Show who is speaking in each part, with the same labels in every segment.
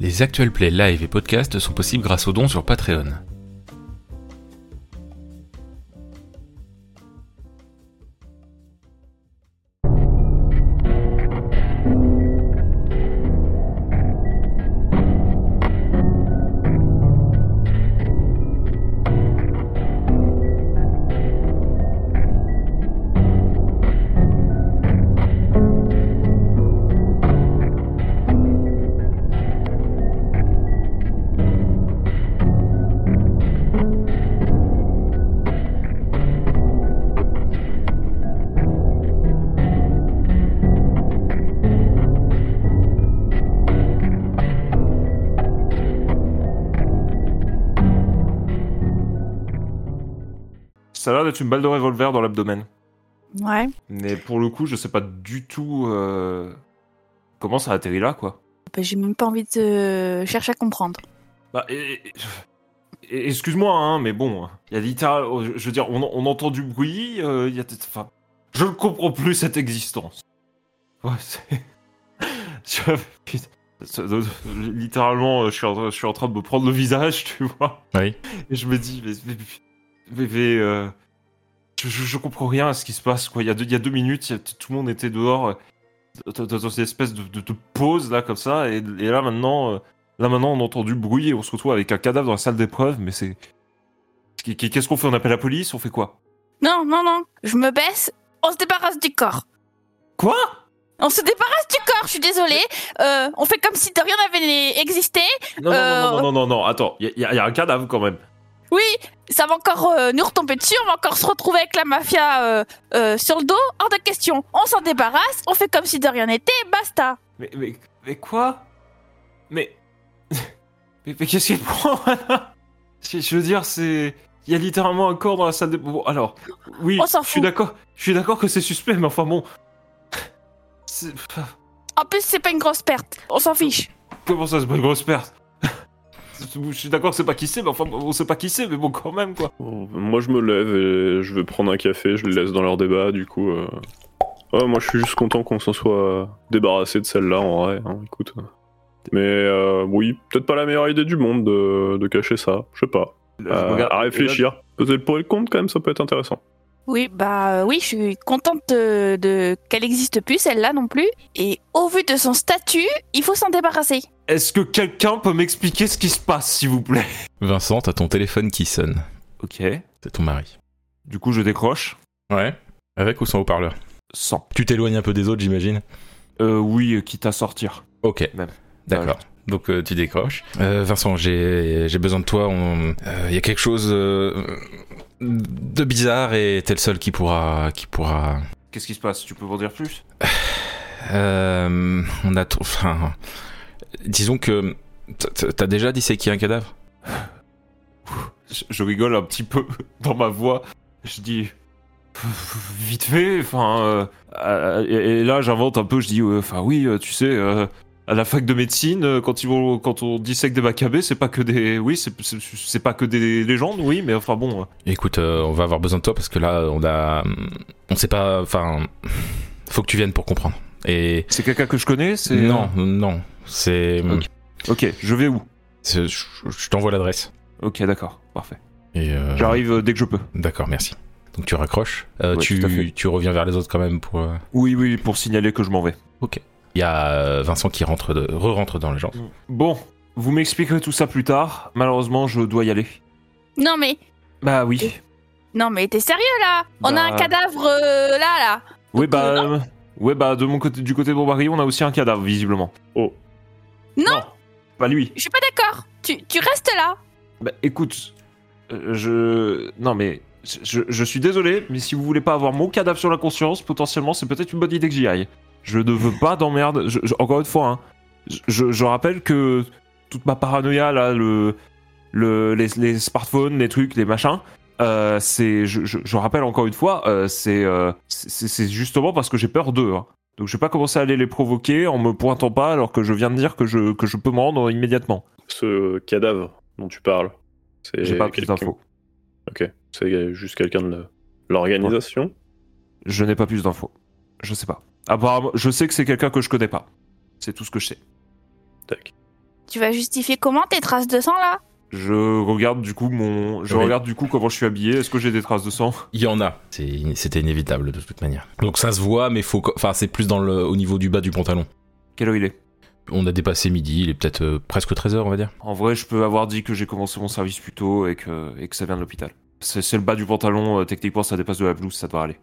Speaker 1: Les actuels plays live et podcasts sont possibles grâce aux dons sur Patreon.
Speaker 2: Ça a l'air d'être une balle de revolver dans l'abdomen.
Speaker 3: Ouais.
Speaker 2: Mais pour le coup, je sais pas du tout euh, comment ça atterrit là, quoi.
Speaker 3: Bah, J'ai même pas envie de chercher à comprendre.
Speaker 2: Bah, et- et- et- excuse-moi, hein, mais bon, il y a littéral- oh, je- Je veux dire, on, on entend du bruit, euh, il y a. Enfin, je ne comprends plus cette existence. Ouais, c'est. je- putain, ça- ça- littéralement, euh, je suis, en, train- je suis en train de me prendre le visage, tu vois.
Speaker 1: Oui.
Speaker 2: Et je me dis, mais. mais- mais- mais, euh, je, je- je comprends rien à ce qui se passe, quoi. Il y a deux, il y a deux minutes, il y a- tout le monde était dehors, euh, dans, dans- dans cette espèce de, de- de pause, là, comme ça, et, et là, maintenant. euh, Là maintenant, on entend du bruit et on se retrouve avec un cadavre dans la salle d'épreuve, mais c'est. Qu- qu- Qu'est-ce qu'on fait On appelle la police On fait quoi
Speaker 3: Non, non, non. Je me baisse. On se débarrasse du corps.
Speaker 2: Quoi
Speaker 3: On se débarrasse du corps, je suis désolée. Euh, on fait comme si de rien n'avait existé.
Speaker 2: non non,
Speaker 3: Euh,
Speaker 2: non, non, non, non, non, attends, il y, a- y a un cadavre quand même.
Speaker 3: Oui, ça va encore euh, nous retomber dessus. On va encore se retrouver avec la mafia euh, euh, sur le dos. Hors de question. On s'en débarrasse. On fait comme si de rien n'était. Basta.
Speaker 2: Mais, mais, mais quoi Mais. mais, mais qu'est-ce qu'il prend là je, je veux dire, c'est. Il y a littéralement un corps dans la salle d'épreuve. Bon, alors, oui,
Speaker 3: On s'en
Speaker 2: je suis
Speaker 3: fout.
Speaker 2: d'accord je suis d'accord que c'est suspect, mais enfin bon. C'est-
Speaker 3: En plus, c'est pas une grosse perte. On s'en fiche.
Speaker 2: Comment ça, c'est pas une grosse perte Je suis d'accord que c'est pas qui c'est, mais enfin, on sait pas qui c'est, mais bon, quand même, quoi.
Speaker 4: Oh, Moi, je me lève et je veux prendre un café, je les laisse dans leur débat, du coup. euh, ouais, moi, je suis juste content qu'on s'en soit débarrassé de celle-là, en vrai, hein, écoute. Mais euh, oui, peut-être pas la meilleure idée du monde de, de cacher ça, je sais pas.
Speaker 2: Je
Speaker 4: Euh,
Speaker 2: regarde-
Speaker 4: à réfléchir. Peut-être pour le compte, quand même, ça peut être intéressant.
Speaker 3: Oui, bah euh, oui, je suis contente de, de- qu'elle existe plus, celle-là non plus. Et au vu de son statut, il faut s'en débarrasser.
Speaker 2: Est-ce que quelqu'un peut m'expliquer ce qui se passe, s'il vous plaît
Speaker 1: Vincent, t'as ton téléphone qui sonne.
Speaker 2: Ok.
Speaker 1: C'est ton mari.
Speaker 2: Du coup, je décroche.
Speaker 1: Ouais. Avec ou sans haut-parleur
Speaker 2: 100.
Speaker 1: Tu t'éloignes un peu des autres, j'imagine
Speaker 2: Euh, oui, euh, quitte à sortir.
Speaker 1: Ok.
Speaker 2: Même.
Speaker 1: D'accord. Donc euh, tu décroches. Euh, Vincent, j'ai j'ai besoin de toi. Il y a quelque chose euh, de bizarre et t'es le seul qui pourra qui pourra.
Speaker 2: Qu'est-ce qui se passe Tu peux m'en dire plus
Speaker 1: Euh, on a. tr- Enfin, disons que t- t- t'as déjà disséqué un cadavre.
Speaker 2: je, je rigole un petit peu dans ma voix. Je dis... Vite fait, enfin... euh, euh, et, et là, j'invente un peu, je dis... euh, Enfin oui, euh, tu sais... euh, à la fac de médecine, euh, quand ils vont, quand on dissèque des macabées, c'est pas que des, oui, c'est- c'est c'est pas que des légendes, oui, mais enfin bon, euh,
Speaker 1: Écoute, euh, on va avoir besoin de toi parce que là, on a, on sait pas. Enfin, faut que tu viennes pour comprendre. Et
Speaker 2: c'est quelqu'un que je connais, c'est euh,
Speaker 1: non, non, c'est.
Speaker 2: Ok. Ok, je vais où
Speaker 1: c'est- Je je t'envoie l'adresse.
Speaker 2: Ok, d'accord, parfait.
Speaker 1: Et euh,
Speaker 2: J'arrive euh, dès que je peux.
Speaker 1: D'accord, merci. Donc tu raccroches. Euh,
Speaker 2: Ouais, tout à fait.
Speaker 1: tu, tu reviens vers les autres quand même pour. euh,
Speaker 2: Oui, oui, pour signaler que je m'en vais.
Speaker 1: Il y a euh, Vincent qui rentre, de- re-rentre dans les gens.
Speaker 2: Mm. Bon, vous m'expliquerez tout ça plus tard. Malheureusement, je dois y aller.
Speaker 3: Non mais,
Speaker 2: Bah oui.
Speaker 3: non mais t'es sérieux là On a un
Speaker 2: Bah.
Speaker 3: cadavre euh, là là.
Speaker 2: Oui, bah. euh, ouais, bah, de mon côté, du côté de mon mari, on a aussi un cadavre, visiblement.
Speaker 4: Oh.
Speaker 3: Non.
Speaker 2: Pas lui.
Speaker 3: Je suis pas d'accord. Tu, tu restes là.
Speaker 2: Bah écoute, euh, je. Non mais. Je, je suis désolé, mais si vous voulez pas avoir mon cadavre sur la conscience, potentiellement c'est peut-être une bonne idée que j'y aille. Je ne veux pas d'emmerde. je- je- Encore une fois, hein, je- je, je rappelle que toute ma paranoïa là, le, le, les, les smartphones, les trucs, les machins, euh, c'est. Je, je- je rappelle encore une fois, euh, c'est euh, c'est c'est justement parce que j'ai peur d'eux. hein. Donc je vais pas commencer à aller les provoquer en me pointant pas alors que je viens de dire que je, que je peux me rendre immédiatement.
Speaker 4: Ce cadavre dont tu parles, c'est.
Speaker 2: J'ai pas plus
Speaker 4: quelqu'un-
Speaker 2: d'infos.
Speaker 4: Ok, c'est juste quelqu'un de la- l'organisation.
Speaker 2: Je n'ai pas plus d'infos. Je sais pas. Apparemment, je sais que c'est quelqu'un que je connais pas. C'est tout ce que je sais.
Speaker 4: Tac.
Speaker 3: Tu vas justifier comment tes traces de sang là
Speaker 2: Je regarde du coup mon, je
Speaker 1: Oui.
Speaker 2: regarde du coup comment je suis habillé. Est-ce que j'ai des traces de sang
Speaker 1: Il y en a. C'est- C'était inévitable de toute manière. Donc ça se voit, mais faut. co- Enfin, c'est plus dans le, au niveau du bas du pantalon.
Speaker 2: Quelle heure il est
Speaker 1: On a dépassé midi, il est peut-être euh, presque 13h, on va dire.
Speaker 2: En vrai, je peux avoir dit que j'ai commencé mon service plus tôt et que et que ça vient de l'hôpital. C'est c'est le bas du pantalon. euh, Techniquement, ça dépasse de la blouse, ça doit aller.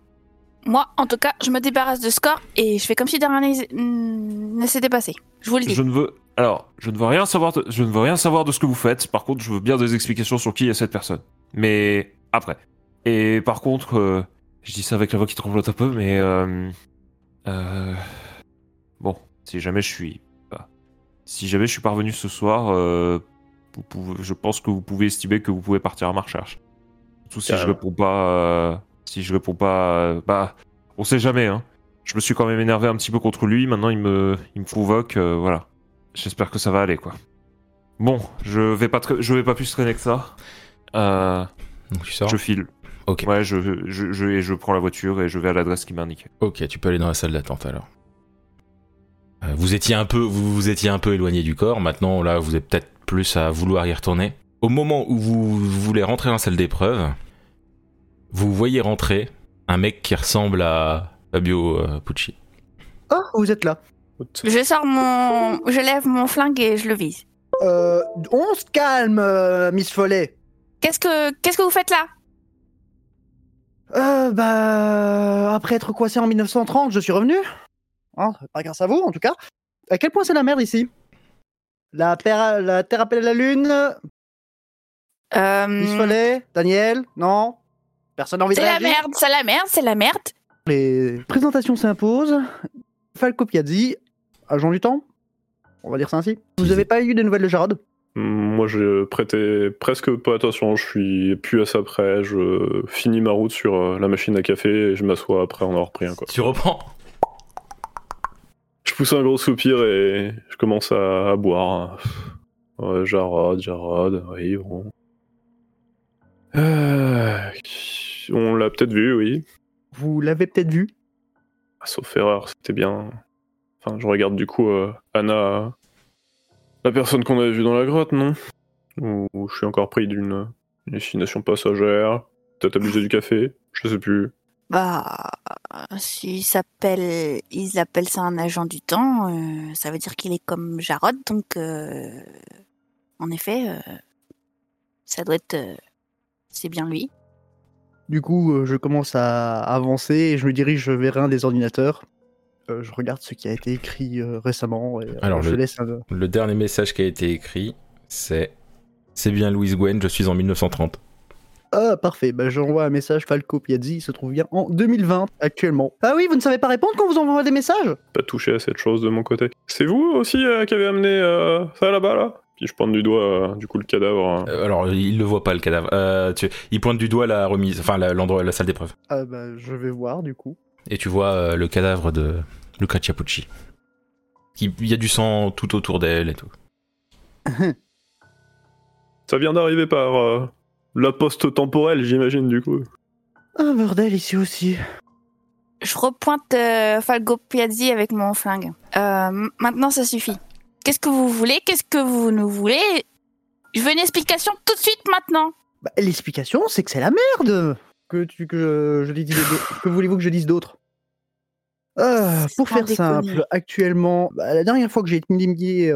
Speaker 3: Moi, en tout cas, je me débarrasse de ce corps et je fais comme si de rien n'ex- hmm, ne s'était passé. Je vous le dis.
Speaker 2: Je ne veux alors, je ne veux rien savoir. De... Je ne veux rien savoir de ce que vous faites. Par contre, je veux bien des explications sur qui est cette personne. Mais après. Et par contre, euh, je dis ça avec la voix qui tremblote un peu, mais euh, euh, bon, si jamais je suis, bah, si jamais je suis parvenu ce soir, euh, vous pouvez- je pense que vous pouvez estimer que vous pouvez partir à ma recherche. Surtout si je
Speaker 4: Carrément.
Speaker 2: réponds pas, euh, si je réponds pas, euh, bah, on sait jamais, hein. Je me suis quand même énervé un petit peu contre lui. Maintenant, il me, il me provoque. euh, voilà. J'espère que ça va aller, quoi. Bon, je vais pas, tra- je vais pas plus traîner que ça. Euh,
Speaker 1: Donc tu sors.
Speaker 2: je file.
Speaker 1: Ok.
Speaker 2: Ouais, je, je, je, et je prends la voiture et je vais à l'adresse qui m'a indiquée.
Speaker 1: Ok, tu peux aller dans la salle d'attente alors. Euh, Vous étiez un peu, vous, vous étiez un peu éloigné du corps. Maintenant, là, vous êtes peut-être plus à vouloir y retourner. Au moment où vous voulez rentrer dans la salle d'épreuve, vous voyez rentrer un mec qui ressemble à Fabio euh, Pucci.
Speaker 5: Ah, vous êtes là.
Speaker 3: Je sors mon. Je lève mon flingue et je le vise.
Speaker 5: Euh, on se calme, euh, Miss Follet.
Speaker 3: Qu'est-ce que, qu'est-ce que vous faites là
Speaker 5: Euh, bah, après être coincé en 1930, je suis revenu. Hein, pas grâce à vous, en tout cas. À quel point c'est la merde ici la, paire- la Terre appelle la Lune,
Speaker 3: Euh,
Speaker 5: Miss Follet, Daniel, non Personne n'a envie de
Speaker 3: C'est la
Speaker 5: réagir
Speaker 3: merde, c'est la merde, c'est la merde.
Speaker 5: Les présentations s'imposent. Falco Piazzi, agent du temps, on va dire ça ainsi. Vous
Speaker 1: Ils-
Speaker 5: n'avez pas eu des nouvelles de Jarod
Speaker 4: Moi, je prêtais presque pas attention. Je suis plus à ça après. Je finis ma route sur euh, la machine à café et je m'assois après en avoir pris un. Quoi.
Speaker 1: Tu reprends
Speaker 4: Je pousse un gros soupir et je commence à, à boire. hein. Ouais, Jarod, Jarod, oui, bon. Euh, on l'a peut-être vu, oui.
Speaker 5: Vous l'avez peut-être vu.
Speaker 4: Ah, Sauf erreur, c'était bien. Enfin, je regarde du coup euh, Anna, euh, la personne qu'on avait vue dans la grotte, non Ou ou je suis encore pris d'une une hallucination passagère Peut-être abusé du café Je sais plus.
Speaker 3: Bah, s'il s'appelle, ils appellent ça un agent du temps, euh, ça veut dire qu'il est comme Jarod, donc euh, en effet, euh, ça doit être, euh, c'est bien lui.
Speaker 5: Du coup, euh, je commence à avancer et je me dirige vers un des ordinateurs. Euh, je regarde ce qui a été écrit euh, récemment et euh,
Speaker 1: Alors,
Speaker 5: je
Speaker 1: le-
Speaker 5: laisse un-
Speaker 1: Le dernier message qui a été écrit, c'est C'est bien Louise Gwen, je suis en 1930.
Speaker 5: Ah, parfait. Bah, j'envoie un message Falco Piazzi, il se trouve bien en 2020 actuellement. Ah oui, vous ne savez pas répondre quand vous envoie des messages
Speaker 4: Pas touché à cette chose de mon côté. C'est vous aussi euh, qui avez amené euh, ça là-bas, là Puis je pointe du doigt, euh, du coup, le cadavre. euh.
Speaker 1: Euh, alors, il le voit pas le cadavre. Euh, tu- il pointe du doigt la remise, enfin la- l'endroit, la salle d'épreuve.
Speaker 5: Ah bah, je vais voir du coup.
Speaker 1: Et tu vois euh, le cadavre de Luca Chiapucci. Il il y a du sang tout autour d'elle et tout.
Speaker 4: Ça vient d'arriver par euh, la poste temporelle, j'imagine, du coup.
Speaker 5: Un bordel ici aussi.
Speaker 3: Je repointe euh, Falco Piazzi avec mon flingue. Euh, maintenant, ça suffit. Qu'est-ce que vous voulez Qu'est-ce que vous nous voulez Je veux une explication tout de suite, maintenant.
Speaker 5: Bah, l'explication, c'est que c'est la merde Que, tu, que, je, je dis- que voulez-vous que je dise d'autre Ah,
Speaker 3: C'est
Speaker 5: pour
Speaker 3: sans
Speaker 5: faire
Speaker 3: déconner.
Speaker 5: simple, actuellement, bah, la dernière fois que j'ai été limité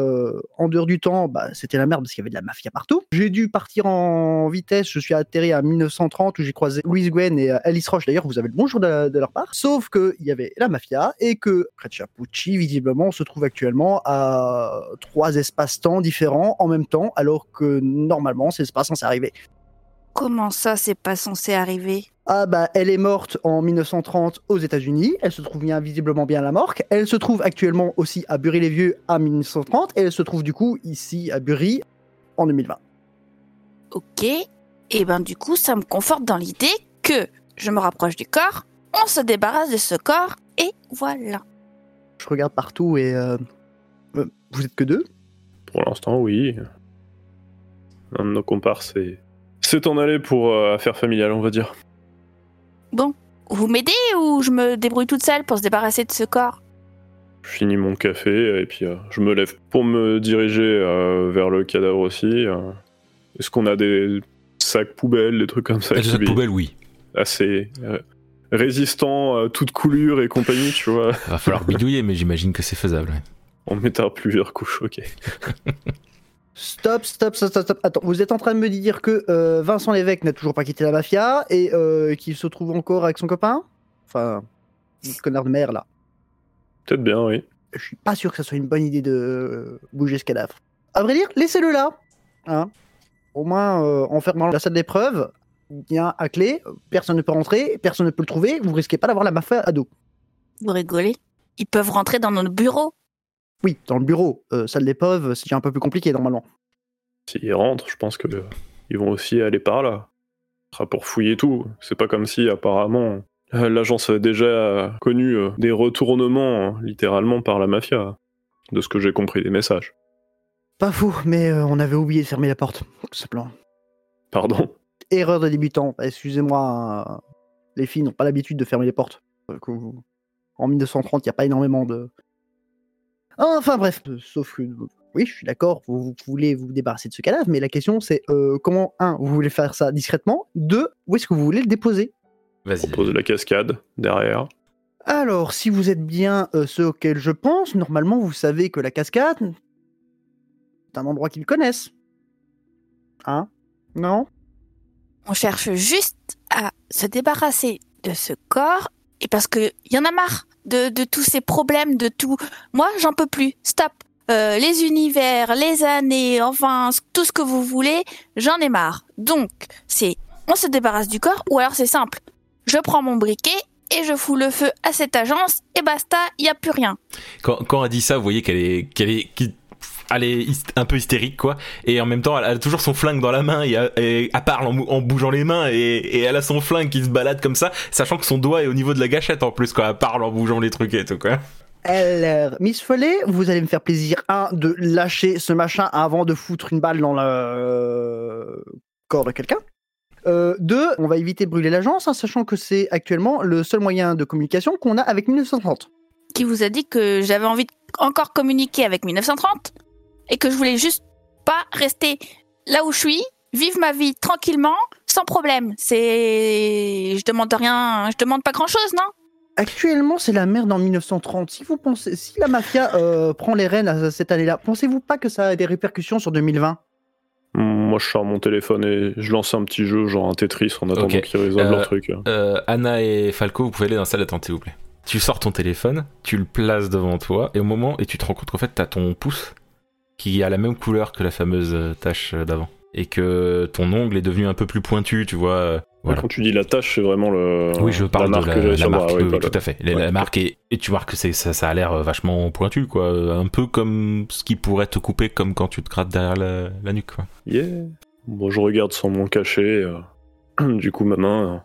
Speaker 5: en dehors du temps, bah, c'était la merde parce qu'il y avait de la mafia partout. J'ai dû partir en vitesse, je suis atterri à 1930 où j'ai croisé Louise Gwen et euh, Alice Roche. D'ailleurs, vous avez le bonjour de, la- de leur part. Sauf qu'il y avait la mafia et que Crachapucci, visiblement, se trouve actuellement à trois espaces-temps différents en même temps, alors que normalement, c'est pas censé arriver.
Speaker 3: Comment ça, c'est pas censé arriver
Speaker 5: Ah bah elle est morte en 1930 aux États-Unis, elle se trouve bien visiblement bien à la morgue, elle se trouve actuellement aussi à Bury-les-Vieux à 1930 et elle se trouve du coup ici à Bury en 2020.
Speaker 3: Ok. Et ben du coup, ça me conforte dans l'idée que je me rapproche du corps, on se débarrasse de ce corps, et voilà.
Speaker 5: Je regarde partout et euh, euh, vous êtes que deux
Speaker 4: Pour l'instant, oui. Un de nos comparses c'est s'est en allé pour euh, affaires familiales, on va dire.
Speaker 3: Vous m'aidez ou je me débrouille toute seule pour se débarrasser de ce corps
Speaker 4: Je finis mon café et puis euh, je me lève pour me diriger euh, vers le cadavre aussi. euh. Est-ce qu'on a des sacs poubelles, des trucs comme ça
Speaker 1: La
Speaker 4: qui-
Speaker 1: Ah, poubelle, oui.
Speaker 4: assez euh, résistants à toute coulure et compagnie, tu vois,
Speaker 1: Va falloir bidouiller, mais j'imagine que c'est faisable. ouais.
Speaker 4: en mettant plusieurs couches, ok.
Speaker 5: Stop, stop, stop, stop, stop. Attends, vous êtes en train de me dire que euh, Vincent Lévesque n'a toujours pas quitté la mafia et euh, qu'il se trouve encore avec son copain Enfin, ce connard de merde là.
Speaker 4: Peut-être bien, oui.
Speaker 5: Je suis pas sûr que ça soit une bonne idée de euh, bouger ce cadavre. À vrai dire, laissez-le là. Hein Au moins, euh, en fermant la salle d'épreuve, bien à clé, personne ne peut rentrer, personne ne peut le trouver, vous risquez pas d'avoir la mafia à dos.
Speaker 3: Vous rigolez Ils peuvent rentrer dans nos bureaux.
Speaker 5: Oui, dans le bureau, euh, salle d'épreuve, c'est un peu plus compliqué normalement.
Speaker 4: S'ils rentrent, je pense que euh, ils vont aussi aller par là. Ce sera pour fouiller tout. C'est pas comme si, apparemment, euh, l'agence a déjà euh, connu euh, des retournements, euh, littéralement, par la mafia. De ce que j'ai compris des messages.
Speaker 5: Pas fou, mais euh, on avait oublié de fermer la porte, tout simplement.
Speaker 4: Pardon.
Speaker 5: erreur de débutant. Excusez-moi, euh, les filles n'ont pas l'habitude de fermer les portes. Euh, que vous- En 1930, il n'y a pas énormément de. Enfin bref, euh, sauf que. Oui, je suis d'accord, vous, vous voulez vous débarrasser de ce cadavre, mais la question c'est euh, comment, un, vous voulez faire ça discrètement, deux, où est-ce que vous voulez le déposer
Speaker 1: Vas-y.
Speaker 4: Propose la cascade, derrière.
Speaker 5: Alors, si vous êtes bien euh, ceux auxquels je pense, normalement vous savez que la cascade, c'est un endroit qu'ils connaissent. Hein Non
Speaker 3: On cherche juste à se débarrasser de ce corps et parce que y en a marre de, de tous ces problèmes, de tout. Moi, j'en peux plus. Stop. Euh, les univers, les années, enfin c- tout ce que vous voulez, j'en ai marre. Donc, c'est on se débarrasse du corps ou alors c'est simple. Je prends mon briquet et je fous le feu à cette agence et basta, il y a plus rien.
Speaker 1: Quand, quand elle dit ça, vous voyez qu'elle est, qu'elle est, qui- elle est hyst- un peu hystérique, quoi. Et en même temps, elle a toujours son flingue dans la main et, elle- et elle parle en, mou- en bougeant les mains et, et elle a son flingue qui se balade comme ça, sachant que son doigt est au niveau de la gâchette en plus quand elle parle en bougeant les trucs et tout, quoi.
Speaker 5: Alors, Miss Follet, vous allez me faire plaisir, un, de lâcher ce machin avant de foutre une balle dans le euh, corps de quelqu'un. Euh, deux, on va éviter de brûler l'agence, hein, sachant que c'est actuellement le seul moyen de communication qu'on a avec 1930.
Speaker 3: Qui vous a dit que j'avais envie de encore communiquer avec 1930 et que je voulais juste pas rester là où je suis, vivre ma vie tranquillement, sans problème. C'est, je demande rien, je demande pas grand chose, non
Speaker 5: Actuellement, c'est la merde en 1930. Si vous pensez, si la mafia euh, prend les rênes à cette année-là, pensez-vous pas que ça a des répercussions sur 2020
Speaker 4: Moi, je sors mon téléphone et je lance un petit jeu, genre un Tetris, en attendant
Speaker 1: Ok.
Speaker 4: qu'ils résolvent
Speaker 1: Euh,
Speaker 4: leur truc.
Speaker 1: Euh, Anna et Falco, vous pouvez aller dans la salle d'attente, s'il vous plaît. Tu sors ton téléphone, tu le places devant toi, et au moment, et tu te rends compte qu'en fait, t'as ton pouce qui a la même couleur que la fameuse euh, tache euh, d'avant. Et que ton ongle est devenu un peu plus pointu, tu vois. euh, Voilà.
Speaker 4: Quand tu dis la tâche, c'est vraiment le.
Speaker 1: Oui, je parle
Speaker 4: la marque
Speaker 1: de
Speaker 4: que
Speaker 1: la, la
Speaker 4: j'avais sur moi,
Speaker 1: marque,
Speaker 4: ouais,
Speaker 1: oui,
Speaker 4: pas
Speaker 1: oui,
Speaker 4: le-
Speaker 1: tout à fait. La, la
Speaker 4: ouais.
Speaker 1: marque, est- et tu vois que c'est- ça, ça a l'air euh, vachement pointu, quoi. Euh, Un peu comme ce qui pourrait te couper, comme quand tu te grattes derrière la, la nuque, quoi.
Speaker 4: Yeah. Bon, je regarde sans mon cachet. euh, du coup, ma main.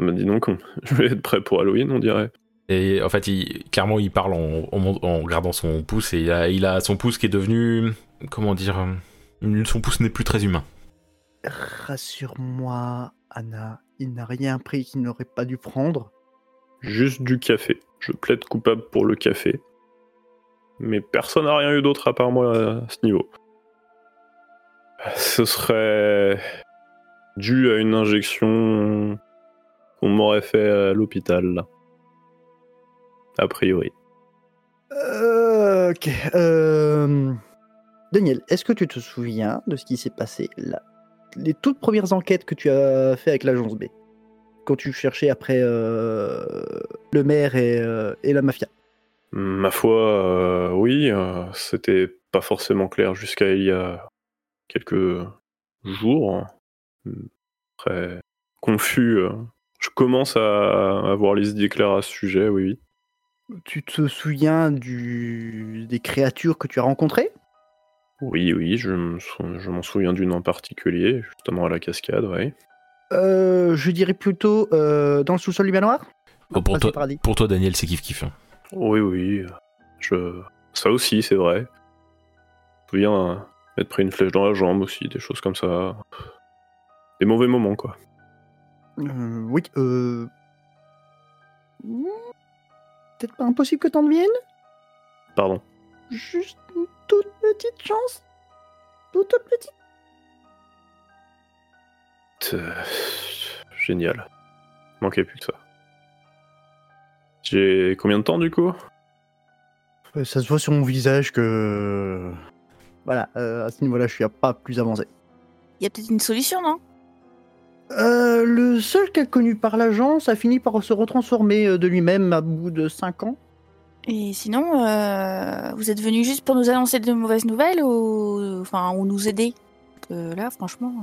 Speaker 4: euh, bah, dis donc, on- je vais être prêt pour Halloween, on dirait.
Speaker 1: Et en fait, il, clairement, il parle en, en- en regardant son pouce, et il a, il a son pouce qui est devenu. Comment dire euh, Son pouce n'est plus très humain.
Speaker 5: Rassure-moi, Anna, il n'a rien pris qu'il n'aurait pas dû prendre.
Speaker 4: Juste du café. Je plaide coupable pour le café. Mais personne n'a rien eu d'autre à part moi à ce niveau. Ce serait dû à une injection qu'on m'aurait fait à l'hôpital, là. A priori.
Speaker 5: Euh, ok. Euh, Daniel, est-ce que tu te souviens de ce qui s'est passé là Les toutes premières enquêtes que tu as fait avec l'agence B, quand tu cherchais après euh, le maire et, euh, et la mafia.
Speaker 4: Ma foi, euh, oui, euh, c'était pas forcément clair jusqu'à il y a quelques jours. hein. Très confus. euh. Je commence à avoir les idées claires à ce sujet, oui, oui.
Speaker 5: Tu te souviens du... des créatures que tu as rencontrées
Speaker 4: Oui, oui, je me sou- je m'en souviens d'une en particulier, justement à la cascade, oui.
Speaker 5: Euh, Je dirais plutôt euh, dans le sous-sol du manoir
Speaker 1: Oh, pour
Speaker 5: Ah,
Speaker 1: toi-
Speaker 5: c'est paradis.
Speaker 1: Pour toi, Daniel, c'est kiff kiff. hein.
Speaker 4: Oui, oui, euh, je... ça aussi, c'est vrai. Je me souviens euh, m'être pris une flèche dans la jambe aussi, des choses comme ça. Des mauvais moments, quoi.
Speaker 5: Euh, oui, euh... hmm, Peut-être pas impossible que t'en deviennes
Speaker 4: Pardon.
Speaker 5: Juste une toute petite chance. Toute petite.
Speaker 4: Euh, Génial. Manquait plus que ça. J'ai combien de temps du coup
Speaker 5: Euh, Ça se voit sur mon visage que. Voilà, euh, à ce niveau-là, je suis à pas plus avancé.
Speaker 3: Il y a peut-être une solution, non
Speaker 5: Euh, le seul qu'a connu par l'agence a fini par se retransformer euh, de lui-même à bout de 5 ans.
Speaker 3: Et sinon, euh, vous êtes venu juste pour nous annoncer de mauvaises nouvelles ou, enfin, ou nous aider Parce que Là, franchement, euh,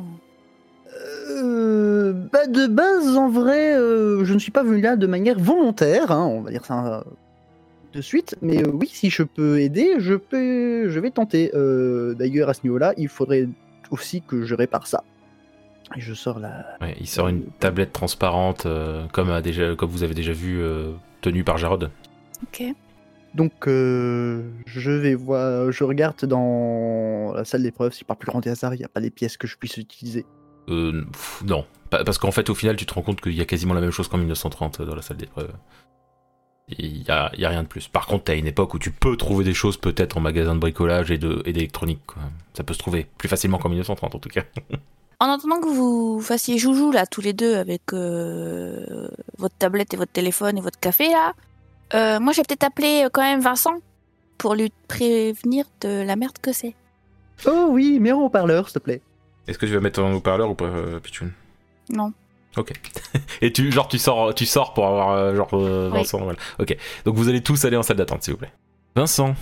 Speaker 5: Euh, bah, de base, en vrai, euh, je ne suis pas venu là de manière volontaire, hein, on va dire ça euh, de suite, mais euh, oui, si je peux aider, je, peux, je vais tenter. Euh, D'ailleurs, à ce niveau-là, il faudrait aussi que je répare ça. Et je sors la...
Speaker 1: Ouais, il sort une tablette transparente, euh, comme, a déjà, comme vous avez déjà vu, euh, tenue par Jarod.
Speaker 3: ok.
Speaker 5: Donc, euh, je vais voir, je regarde dans la salle d'épreuve si par plus grand des hasards, il n'y a pas des pièces que je puisse utiliser.
Speaker 1: Euh, pff, non. Pa- Parce qu'en fait, au final, tu te rends compte qu'il y a quasiment la même chose qu'en 1930 euh, dans la salle d'épreuve. Il y a, il y a rien de plus. Par contre, t'as une époque où tu peux trouver des choses peut-être en magasin de bricolage et de- et d'électronique. quoi. Ça peut se trouver plus facilement qu'en 1930 en tout cas.
Speaker 3: En attendant que vous fassiez joujou là tous les deux avec euh, votre tablette et votre téléphone et votre café là, euh, moi j'ai peut-être appelé euh, quand même Vincent pour lui prévenir de la merde que c'est.
Speaker 5: Oh oui, mets en haut-parleur, s'il te plaît.
Speaker 1: Est-ce que tu vas mettre en haut-parleur ou pas, euh, Pichoun
Speaker 3: Non.
Speaker 1: Ok. Et tu, genre, tu sors, tu sors pour avoir, euh, genre, euh,
Speaker 3: Oui.
Speaker 1: Vincent. voilà. Ok. Donc vous allez tous aller en salle d'attente, s'il vous plaît. Vincent.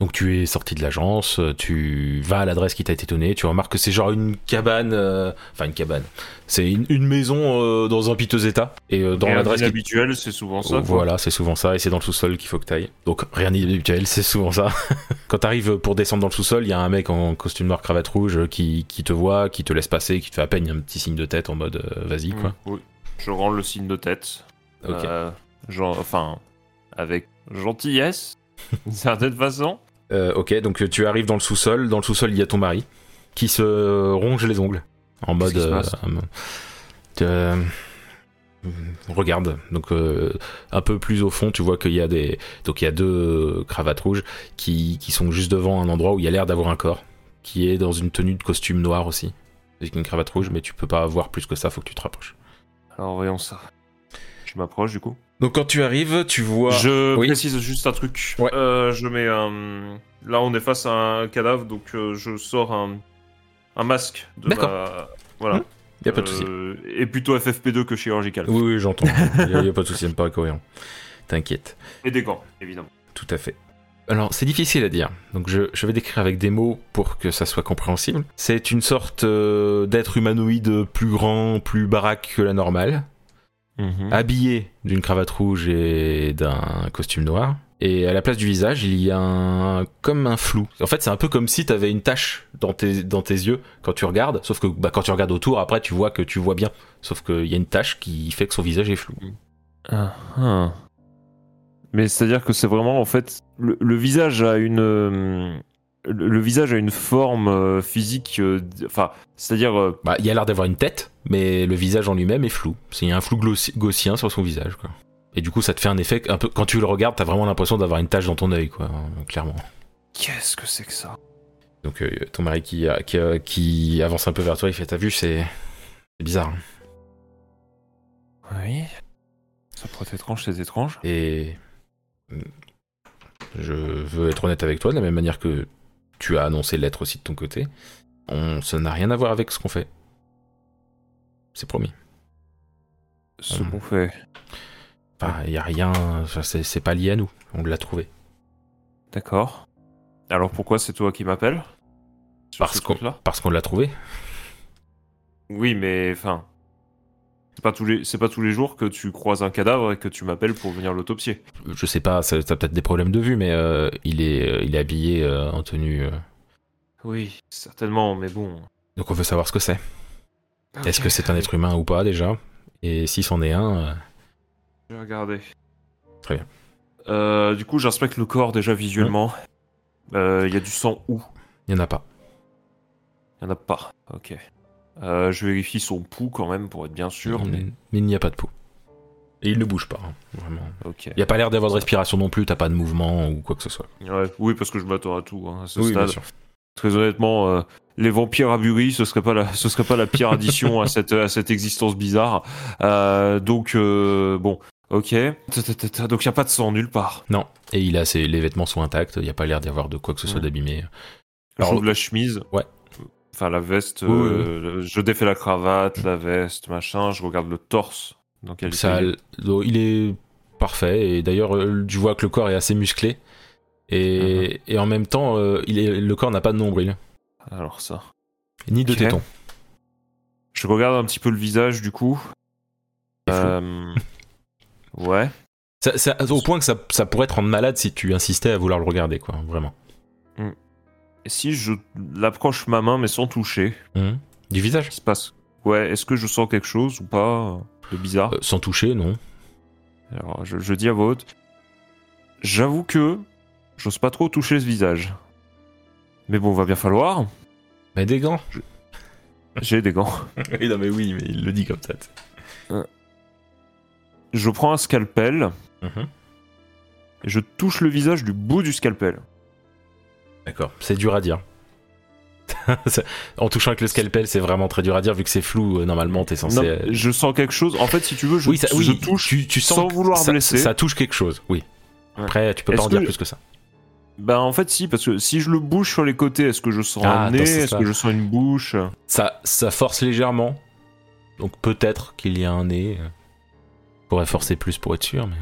Speaker 1: Donc tu es sorti de l'agence, euh, tu vas à l'adresse qui t'a été donnée, tu remarques que c'est genre une cabane, euh, enfin une cabane, c'est une, une maison euh, dans un piteux état et euh, dans
Speaker 2: Rien
Speaker 1: l'adresse qui
Speaker 2: habituel, c'est souvent ça.
Speaker 1: Oh,
Speaker 2: quoi.
Speaker 1: voilà, c'est souvent ça, et c'est dans le sous-sol qu'il faut que t'ailles. Donc rien d'habituel, c'est souvent ça. Quand t'arrives pour descendre dans le sous-sol, il y a un mec en costume noir, cravate rouge qui, qui te voit, qui te laisse passer, qui te fait à peine un petit signe de tête en mode euh, vas-y quoi.
Speaker 2: Mm, oui. Je rends le signe de tête.
Speaker 1: Ok.
Speaker 2: Euh, genre, enfin, avec gentillesse, d'une certaine façon.
Speaker 1: Euh, ok, donc euh, tu arrives dans le sous-sol, dans le sous-sol il y a ton mari qui se euh, ronge les ongles en
Speaker 2: Qu'est-ce
Speaker 1: mode.
Speaker 2: qui se
Speaker 1: euh,
Speaker 2: passe
Speaker 1: euh, euh, regarde, donc euh, un peu plus au fond, tu vois qu'il y a des, donc il y a deux euh, cravates rouges qui, qui sont juste devant un endroit où il y a l'air d'avoir un corps qui est dans une tenue de costume noir aussi avec une cravate rouge, mais tu peux pas voir plus que ça, faut que tu te rapproches.
Speaker 2: Alors voyons ça. Je m'approche du coup.
Speaker 1: Donc quand tu arrives, tu vois. euh,
Speaker 2: Je
Speaker 1: oui.
Speaker 2: précise juste un truc.
Speaker 1: Ouais.
Speaker 2: Euh, je mets un. Là, on est face à un cadavre, donc euh, je sors un, un masque de
Speaker 1: D'accord.
Speaker 2: ma. Voilà.
Speaker 1: Mmh. Y a pas de souci.
Speaker 2: Euh, et plutôt FFP2 que chirurgical.
Speaker 1: Oui, oui, j'entends. Il y, a pas de souci, ça me paraît cohérent. T'inquiète.
Speaker 2: Et des gants, évidemment.
Speaker 1: Tout à fait. Alors, c'est difficile à dire. Donc, je, je vais décrire avec des mots pour que ça soit compréhensible. C'est une sorte euh, d'être humanoïde plus grand, plus baraque que la normale, Mhm.
Speaker 2: Mmh.
Speaker 1: habillé d'une cravate rouge et d'un costume noir. Et à la place du visage, il y a un, comme un flou. En fait, c'est un peu comme si t'avais une tache dans tes, dans tes yeux quand tu regardes. Sauf que bah, quand tu regardes autour, après, tu vois que tu vois bien. Sauf qu'il y a une tache qui fait que son visage est flou.
Speaker 2: Ah, ah. Mais c'est-à-dire que c'est vraiment en fait le, le visage a une euh, le, le visage a une forme euh, physique euh, d- enfin c'est-à-dire euh,
Speaker 1: Bah, il a l'air d'avoir une tête, mais le visage en lui-même est flou. C'est- Il y a un flou glossi- gaussien sur son visage, quoi. Et du coup, ça te fait un effet un peu. Quand tu le regardes, t'as vraiment l'impression d'avoir une tache dans ton œil, quoi, hein, clairement.
Speaker 2: qu'est-ce que c'est que ça
Speaker 1: Donc, euh, ton mari qui, a- qui, a- qui avance un peu vers toi, il fait T'as vu, c'est. C'est bizarre. hein.
Speaker 2: Oui. Ça pourrait être étrange, c'est étrange.
Speaker 1: Et. mm, Je veux être honnête avec toi, de la même manière que tu as annoncé l'être aussi de ton côté. On, ça n'a rien à voir avec ce qu'on fait. C'est promis.
Speaker 2: Ce
Speaker 1: Mhm.
Speaker 2: qu'on fait.
Speaker 1: Enfin, il n'y a rien. enfin, C'est c'est pas lié à nous. On l'a trouvé.
Speaker 2: D'accord. Alors pourquoi c'est toi qui m'appelles Sur
Speaker 1: Parce
Speaker 2: ce
Speaker 1: qu'on-
Speaker 2: truc-là
Speaker 1: Parce qu'on l'a trouvé.
Speaker 2: Oui, mais enfin c'est pas tous les c'est pas tous les jours que tu croises un cadavre et que tu m'appelles pour venir l'autopsier.
Speaker 1: je sais pas, ça, t'as peut-être des problèmes de vue, mais euh, il, est, euh, il est habillé euh, en tenue. euh.
Speaker 2: Oui, certainement, mais bon.
Speaker 1: Donc on veut savoir ce que c'est. Est-ce que c'est un être humain ou pas déjà Et si c'en est un, euh,
Speaker 2: Je vais regarder.
Speaker 1: Très bien.
Speaker 2: Euh, du coup, j'inspecte le corps déjà visuellement. Euh, Il y a du sang où
Speaker 1: il y en a pas.
Speaker 2: Il n'y en a pas. Ok. Euh, je vérifie son pouls quand même pour être bien sûr.
Speaker 1: mais...
Speaker 2: mais-
Speaker 1: mais il n'y a pas de peau. Et il ne bouge pas, hein, vraiment.
Speaker 2: Ok.
Speaker 1: Il n'y a pas l'air d'avoir de respiration non plus, t'as pas de mouvement ou quoi que ce soit.
Speaker 2: Ouais, oui, parce que je m'attends à tout hein, à ce
Speaker 1: Oui, bien
Speaker 2: stade.
Speaker 1: sûr.
Speaker 2: Très honnêtement, euh, les vampires à Bury, ce serait pas la, ce serait pas la pire addition à cette, à cette existence bizarre. Euh, donc euh, bon, ok. Ta, ta, ta, ta. Donc il y a pas de sang nulle part.
Speaker 1: Non, et il a ses, les vêtements sont intacts, il n'y a pas l'air d'y avoir de quoi que ce soit
Speaker 2: Ouais.
Speaker 1: d'abîmé. Alors-
Speaker 2: J'ouvre la chemise.
Speaker 1: Ouais.
Speaker 2: Enfin la veste.
Speaker 1: Oui, oui,
Speaker 2: euh, le- je défais la cravate, la veste, machin. Je regarde le torse. Dans quel
Speaker 1: Ça,
Speaker 2: état il est.
Speaker 1: donc, il est parfait, et d'ailleurs, euh, tu vois que le corps est assez musclé, et,
Speaker 2: Mhm.
Speaker 1: et en même temps, euh, il est, le corps n'a pas de nombril,
Speaker 2: Alors ça.
Speaker 1: ni de
Speaker 2: Ok.
Speaker 1: téton.
Speaker 2: Je regarde un petit peu le visage du coup.
Speaker 1: C'est flou.
Speaker 2: Euh, ouais.
Speaker 1: Ça- ça- au point que ça, ça pourrait te rendre malade si tu insistais à vouloir le regarder, quoi, vraiment.
Speaker 2: Si je l'approche ma main mais sans toucher,
Speaker 1: Hum. Du visage
Speaker 2: qui se passe Ouais, est-ce que je sens quelque chose ou pas euh, de bizarre
Speaker 1: Euh, Sans toucher, non.
Speaker 2: Alors, je, je dis à voix haute. J'avoue que j'ose pas trop toucher ce visage. Mais bon, va bien falloir.
Speaker 1: Mais des gants
Speaker 2: J'ai des gants.
Speaker 1: Oui, non, mais oui, mais il le dit comme ça.
Speaker 2: Je prends un scalpel
Speaker 1: Mhm.
Speaker 2: et je touche le visage du bout du scalpel.
Speaker 1: D'accord, c'est dur à dire. Ça- en touchant avec le scalpel, c'est vraiment très dur à dire vu que c'est flou. euh, Normalement, t'es censé.
Speaker 2: Non,
Speaker 1: euh,
Speaker 2: je sens quelque chose. En fait, si tu veux, je,
Speaker 1: oui, ça, oui,
Speaker 2: je touche.
Speaker 1: tu, tu sens
Speaker 2: sans
Speaker 1: que
Speaker 2: vouloir
Speaker 1: ça,
Speaker 2: blesser.
Speaker 1: Ça touche quelque chose, oui.
Speaker 2: Ouais.
Speaker 1: Après, tu peux pas
Speaker 2: Est-ce
Speaker 1: en dire
Speaker 2: que-
Speaker 1: plus que ça.
Speaker 2: Ben, en fait, si, parce que si je le bouche sur les côtés, est-ce que je sens
Speaker 1: Ah,
Speaker 2: un
Speaker 1: attends,
Speaker 2: nez
Speaker 1: c'est
Speaker 2: Est-ce
Speaker 1: ça.
Speaker 2: que je sens une bouche
Speaker 1: Ça, ça force légèrement. Donc peut-être qu'il y a un nez. euh, Pourrait forcer plus pour être sûr, mais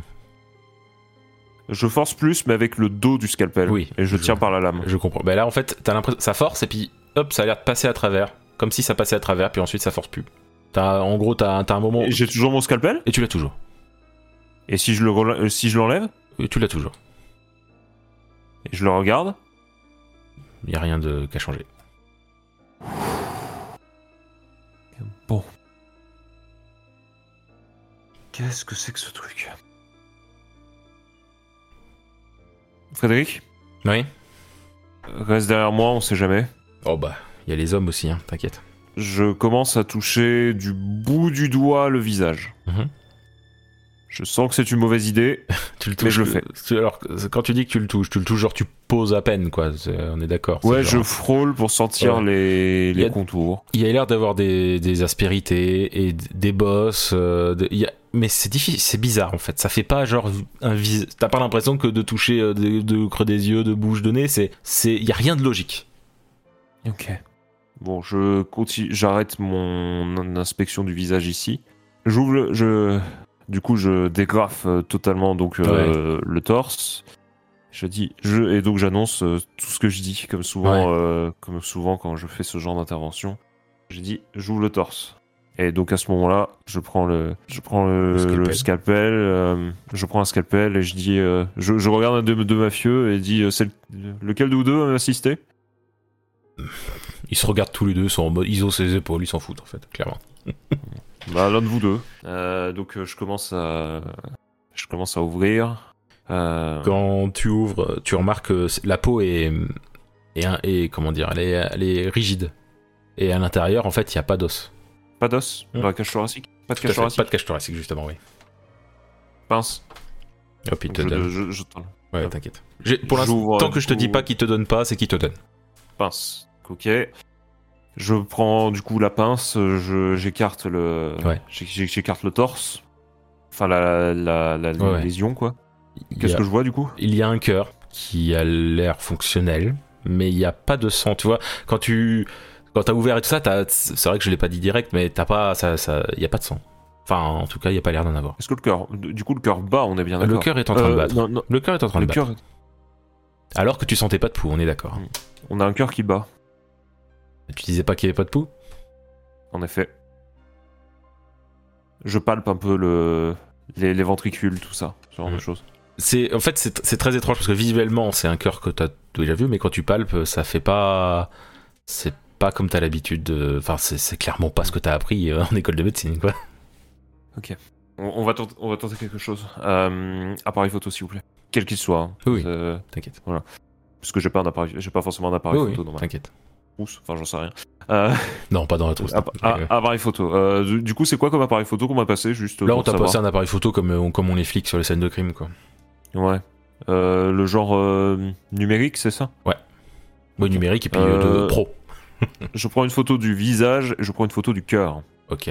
Speaker 2: Je force plus, mais avec le dos du scalpel.
Speaker 1: Oui,
Speaker 2: Et je
Speaker 1: je-
Speaker 2: tiens par la lame.
Speaker 1: je comprends. Bah là, en fait, t'as l'impression ça force et puis hop, ça a l'air de passer à travers, comme si ça passait à travers, puis ensuite ça force plus. T'as, en gros, t'as, t'as un moment
Speaker 2: Et J'ai toujours mon scalpel
Speaker 1: et tu l'as toujours.
Speaker 2: Et si je le rela- euh, si je l'enlève
Speaker 1: Et Tu l'as toujours.
Speaker 2: Et je le regarde
Speaker 1: Il y a rien de qu'à changer.
Speaker 2: Bon. Qu'est-ce que c'est que ce truc Frédéric
Speaker 1: Oui.
Speaker 2: Reste derrière moi, on sait jamais.
Speaker 1: Oh bah, il y a les hommes aussi, hein, t'inquiète.
Speaker 2: Je commence à toucher du bout du doigt le visage.
Speaker 1: Mhm.
Speaker 2: Je sens que c'est une mauvaise idée.
Speaker 1: Tu le touches.
Speaker 2: Mais je le
Speaker 1: euh, tu- alors, que- quand tu dis que tu le touches, tu le touches genre tu poses à peine, quoi. C'est- On est d'accord. c'est
Speaker 2: Ouais, je
Speaker 1: genre-
Speaker 2: frôle pour sentir
Speaker 1: Ouais.
Speaker 2: les,
Speaker 1: Y
Speaker 2: les
Speaker 1: a-
Speaker 2: contours.
Speaker 1: Il y a l'air d'avoir des, des aspérités et d- des bosses. euh, de- il y a- Mais c'est difficile, c'est bizarre en fait. Ça fait pas genre un vis. T'as pas l'impression que de toucher euh, de, de creux des yeux, de bouche, de nez, c'est, c'est, il y a rien de logique.
Speaker 2: Ok. Bon, je continue, j'arrête mon inspection du visage ici. J'ouvre, le- je, du coup, je dégrafe euh, totalement donc euh, le torse. Je dis, je et donc j'annonce euh, tout ce que je dis, comme souvent, euh, comme souvent quand je fais ce genre d'intervention. Je dis, j'ouvre le torse. Et donc à ce moment-là, je prends le, je prends le,
Speaker 1: Le scalpel.
Speaker 2: le scalpel, euh, je prends un scalpel et je dis, euh, je, je regarde un de deux mafieux et dis, euh, c'est le- lequel de vous deux va m'assister
Speaker 1: Ils se regardent tous les deux, sont en mode, ils ont ses épaules, ils s'en foutent en fait, clairement.
Speaker 2: Bah l'un de vous deux. Euh, donc euh, je commence à je commence à ouvrir. Euh,
Speaker 1: Quand tu ouvres, euh, tu remarques que c'est- la peau est, est, un- est- comment dire, elle est, elle est rigide. Et à l'intérieur, en fait, il n'y a pas d'os.
Speaker 2: Pas d'os
Speaker 1: Mm.
Speaker 2: dans la cage thoracique. Pas de
Speaker 1: Tout à
Speaker 2: cage
Speaker 1: fait,
Speaker 2: thoracique.
Speaker 1: Pas de cache thoracique, justement, oui.
Speaker 2: Pince.
Speaker 1: Hop, il
Speaker 2: Donc,
Speaker 1: te
Speaker 2: je,
Speaker 1: donne.
Speaker 2: je- je- attends.
Speaker 1: Ouais, t'inquiète. J'ai- Pour l'instant,
Speaker 2: J'ouvre,
Speaker 1: tant
Speaker 2: euh,
Speaker 1: que je te dis
Speaker 2: tout-
Speaker 1: pas qu'il te donne pas, c'est qu'il te donne.
Speaker 2: Pince. Ok. Je prends du coup la pince. je- J'écarte le
Speaker 1: Ouais.
Speaker 2: j'ai- j'ai- j'écarte le torse. Enfin la la, la, la
Speaker 1: Ouais.
Speaker 2: lésion quoi.
Speaker 1: Il y
Speaker 2: Qu'est-ce
Speaker 1: a-
Speaker 2: que je vois du coup
Speaker 1: il y a un cœur qui a l'air fonctionnel, mais il n'y a pas de sang. Tu vois, quand tu quand t'as ouvert et tout ça, t'as- c'est vrai que je l'ai pas dit direct, mais t'as pas ça, ça, il y a pas de sang. Enfin, en tout cas, il y a pas l'air d'en avoir.
Speaker 2: Est-ce que le cœur du coup le cœur bat on est bien
Speaker 1: Le
Speaker 2: d'accord.
Speaker 1: cœur est en train de
Speaker 2: Euh,
Speaker 1: battre.
Speaker 2: non, non,
Speaker 1: Le cœur est en train
Speaker 2: le
Speaker 1: de battre.
Speaker 2: cœur
Speaker 1: Alors que tu sentais pas de pouls, on est d'accord.
Speaker 2: Mm. on a un cœur qui bat
Speaker 1: Tu disais pas qu'il y avait pas de pouls
Speaker 2: En effet. Je palpe un peu le... les, les ventricules, tout ça, ce genre de
Speaker 1: Mm.
Speaker 2: choses.
Speaker 1: C'est en fait c'est c'est très étrange parce que visuellement c'est un cœur que t'as déjà vu, mais quand tu palpes, ça fait pas c'est pas comme t'as l'habitude. de- Enfin, c'est c'est clairement pas ce que t'as appris euh, en école de médecine, quoi.
Speaker 2: On, on va, tenter, on va tenter quelque chose. Euh, appareil photo, s'il vous plaît. Quel qu'il soit. hein.
Speaker 1: Oui.
Speaker 2: Euh,
Speaker 1: T'inquiète.
Speaker 2: parce que j'ai pas, un appareil... j'ai pas forcément un appareil
Speaker 1: Oui,
Speaker 2: photo
Speaker 1: oui,
Speaker 2: dans ma-
Speaker 1: t'inquiète.
Speaker 2: trousse, enfin j'en sais rien. Euh,
Speaker 1: Non, pas dans la trousse.
Speaker 2: app- a- appareil photo. Euh, du, du coup, c'est quoi comme appareil photo qu'on m'a passé juste euh,
Speaker 1: Là, on
Speaker 2: pour
Speaker 1: t'a
Speaker 2: savoir
Speaker 1: passé un appareil photo comme, euh, comme on est flic sur les scènes de crime, quoi.
Speaker 2: Ouais. Euh, le genre euh, numérique, c'est ça
Speaker 1: Oui, numérique et puis euh,
Speaker 2: Euh,
Speaker 1: de pro. Mhm.
Speaker 2: Je prends une photo du visage et je prends une photo du cœur.
Speaker 1: Ok.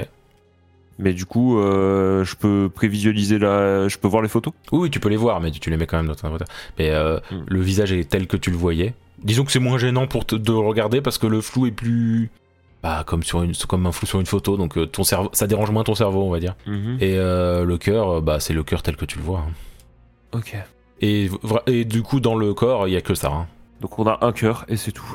Speaker 2: Mais du coup, euh, je peux prévisualiser la. Je peux voir les photos
Speaker 1: Oui, oui, tu peux les voir, mais tu, tu les mets quand même dans ton inventaire. Mais euh,
Speaker 2: Hmm.
Speaker 1: le visage est tel que tu le voyais. Disons que c'est moins gênant pour te, de le regarder parce que le flou est plus. Bah, comme, sur une, comme un flou sur une photo, donc euh, ton cerveau, ça dérange moins ton cerveau, on va dire. Et euh, le cœur, euh, bah, c'est le cœur tel que tu le vois. hein.
Speaker 2: Ok.
Speaker 1: Et, vra- et du coup, dans le corps, il y a que ça. hein.
Speaker 2: Donc on a un cœur et c'est tout.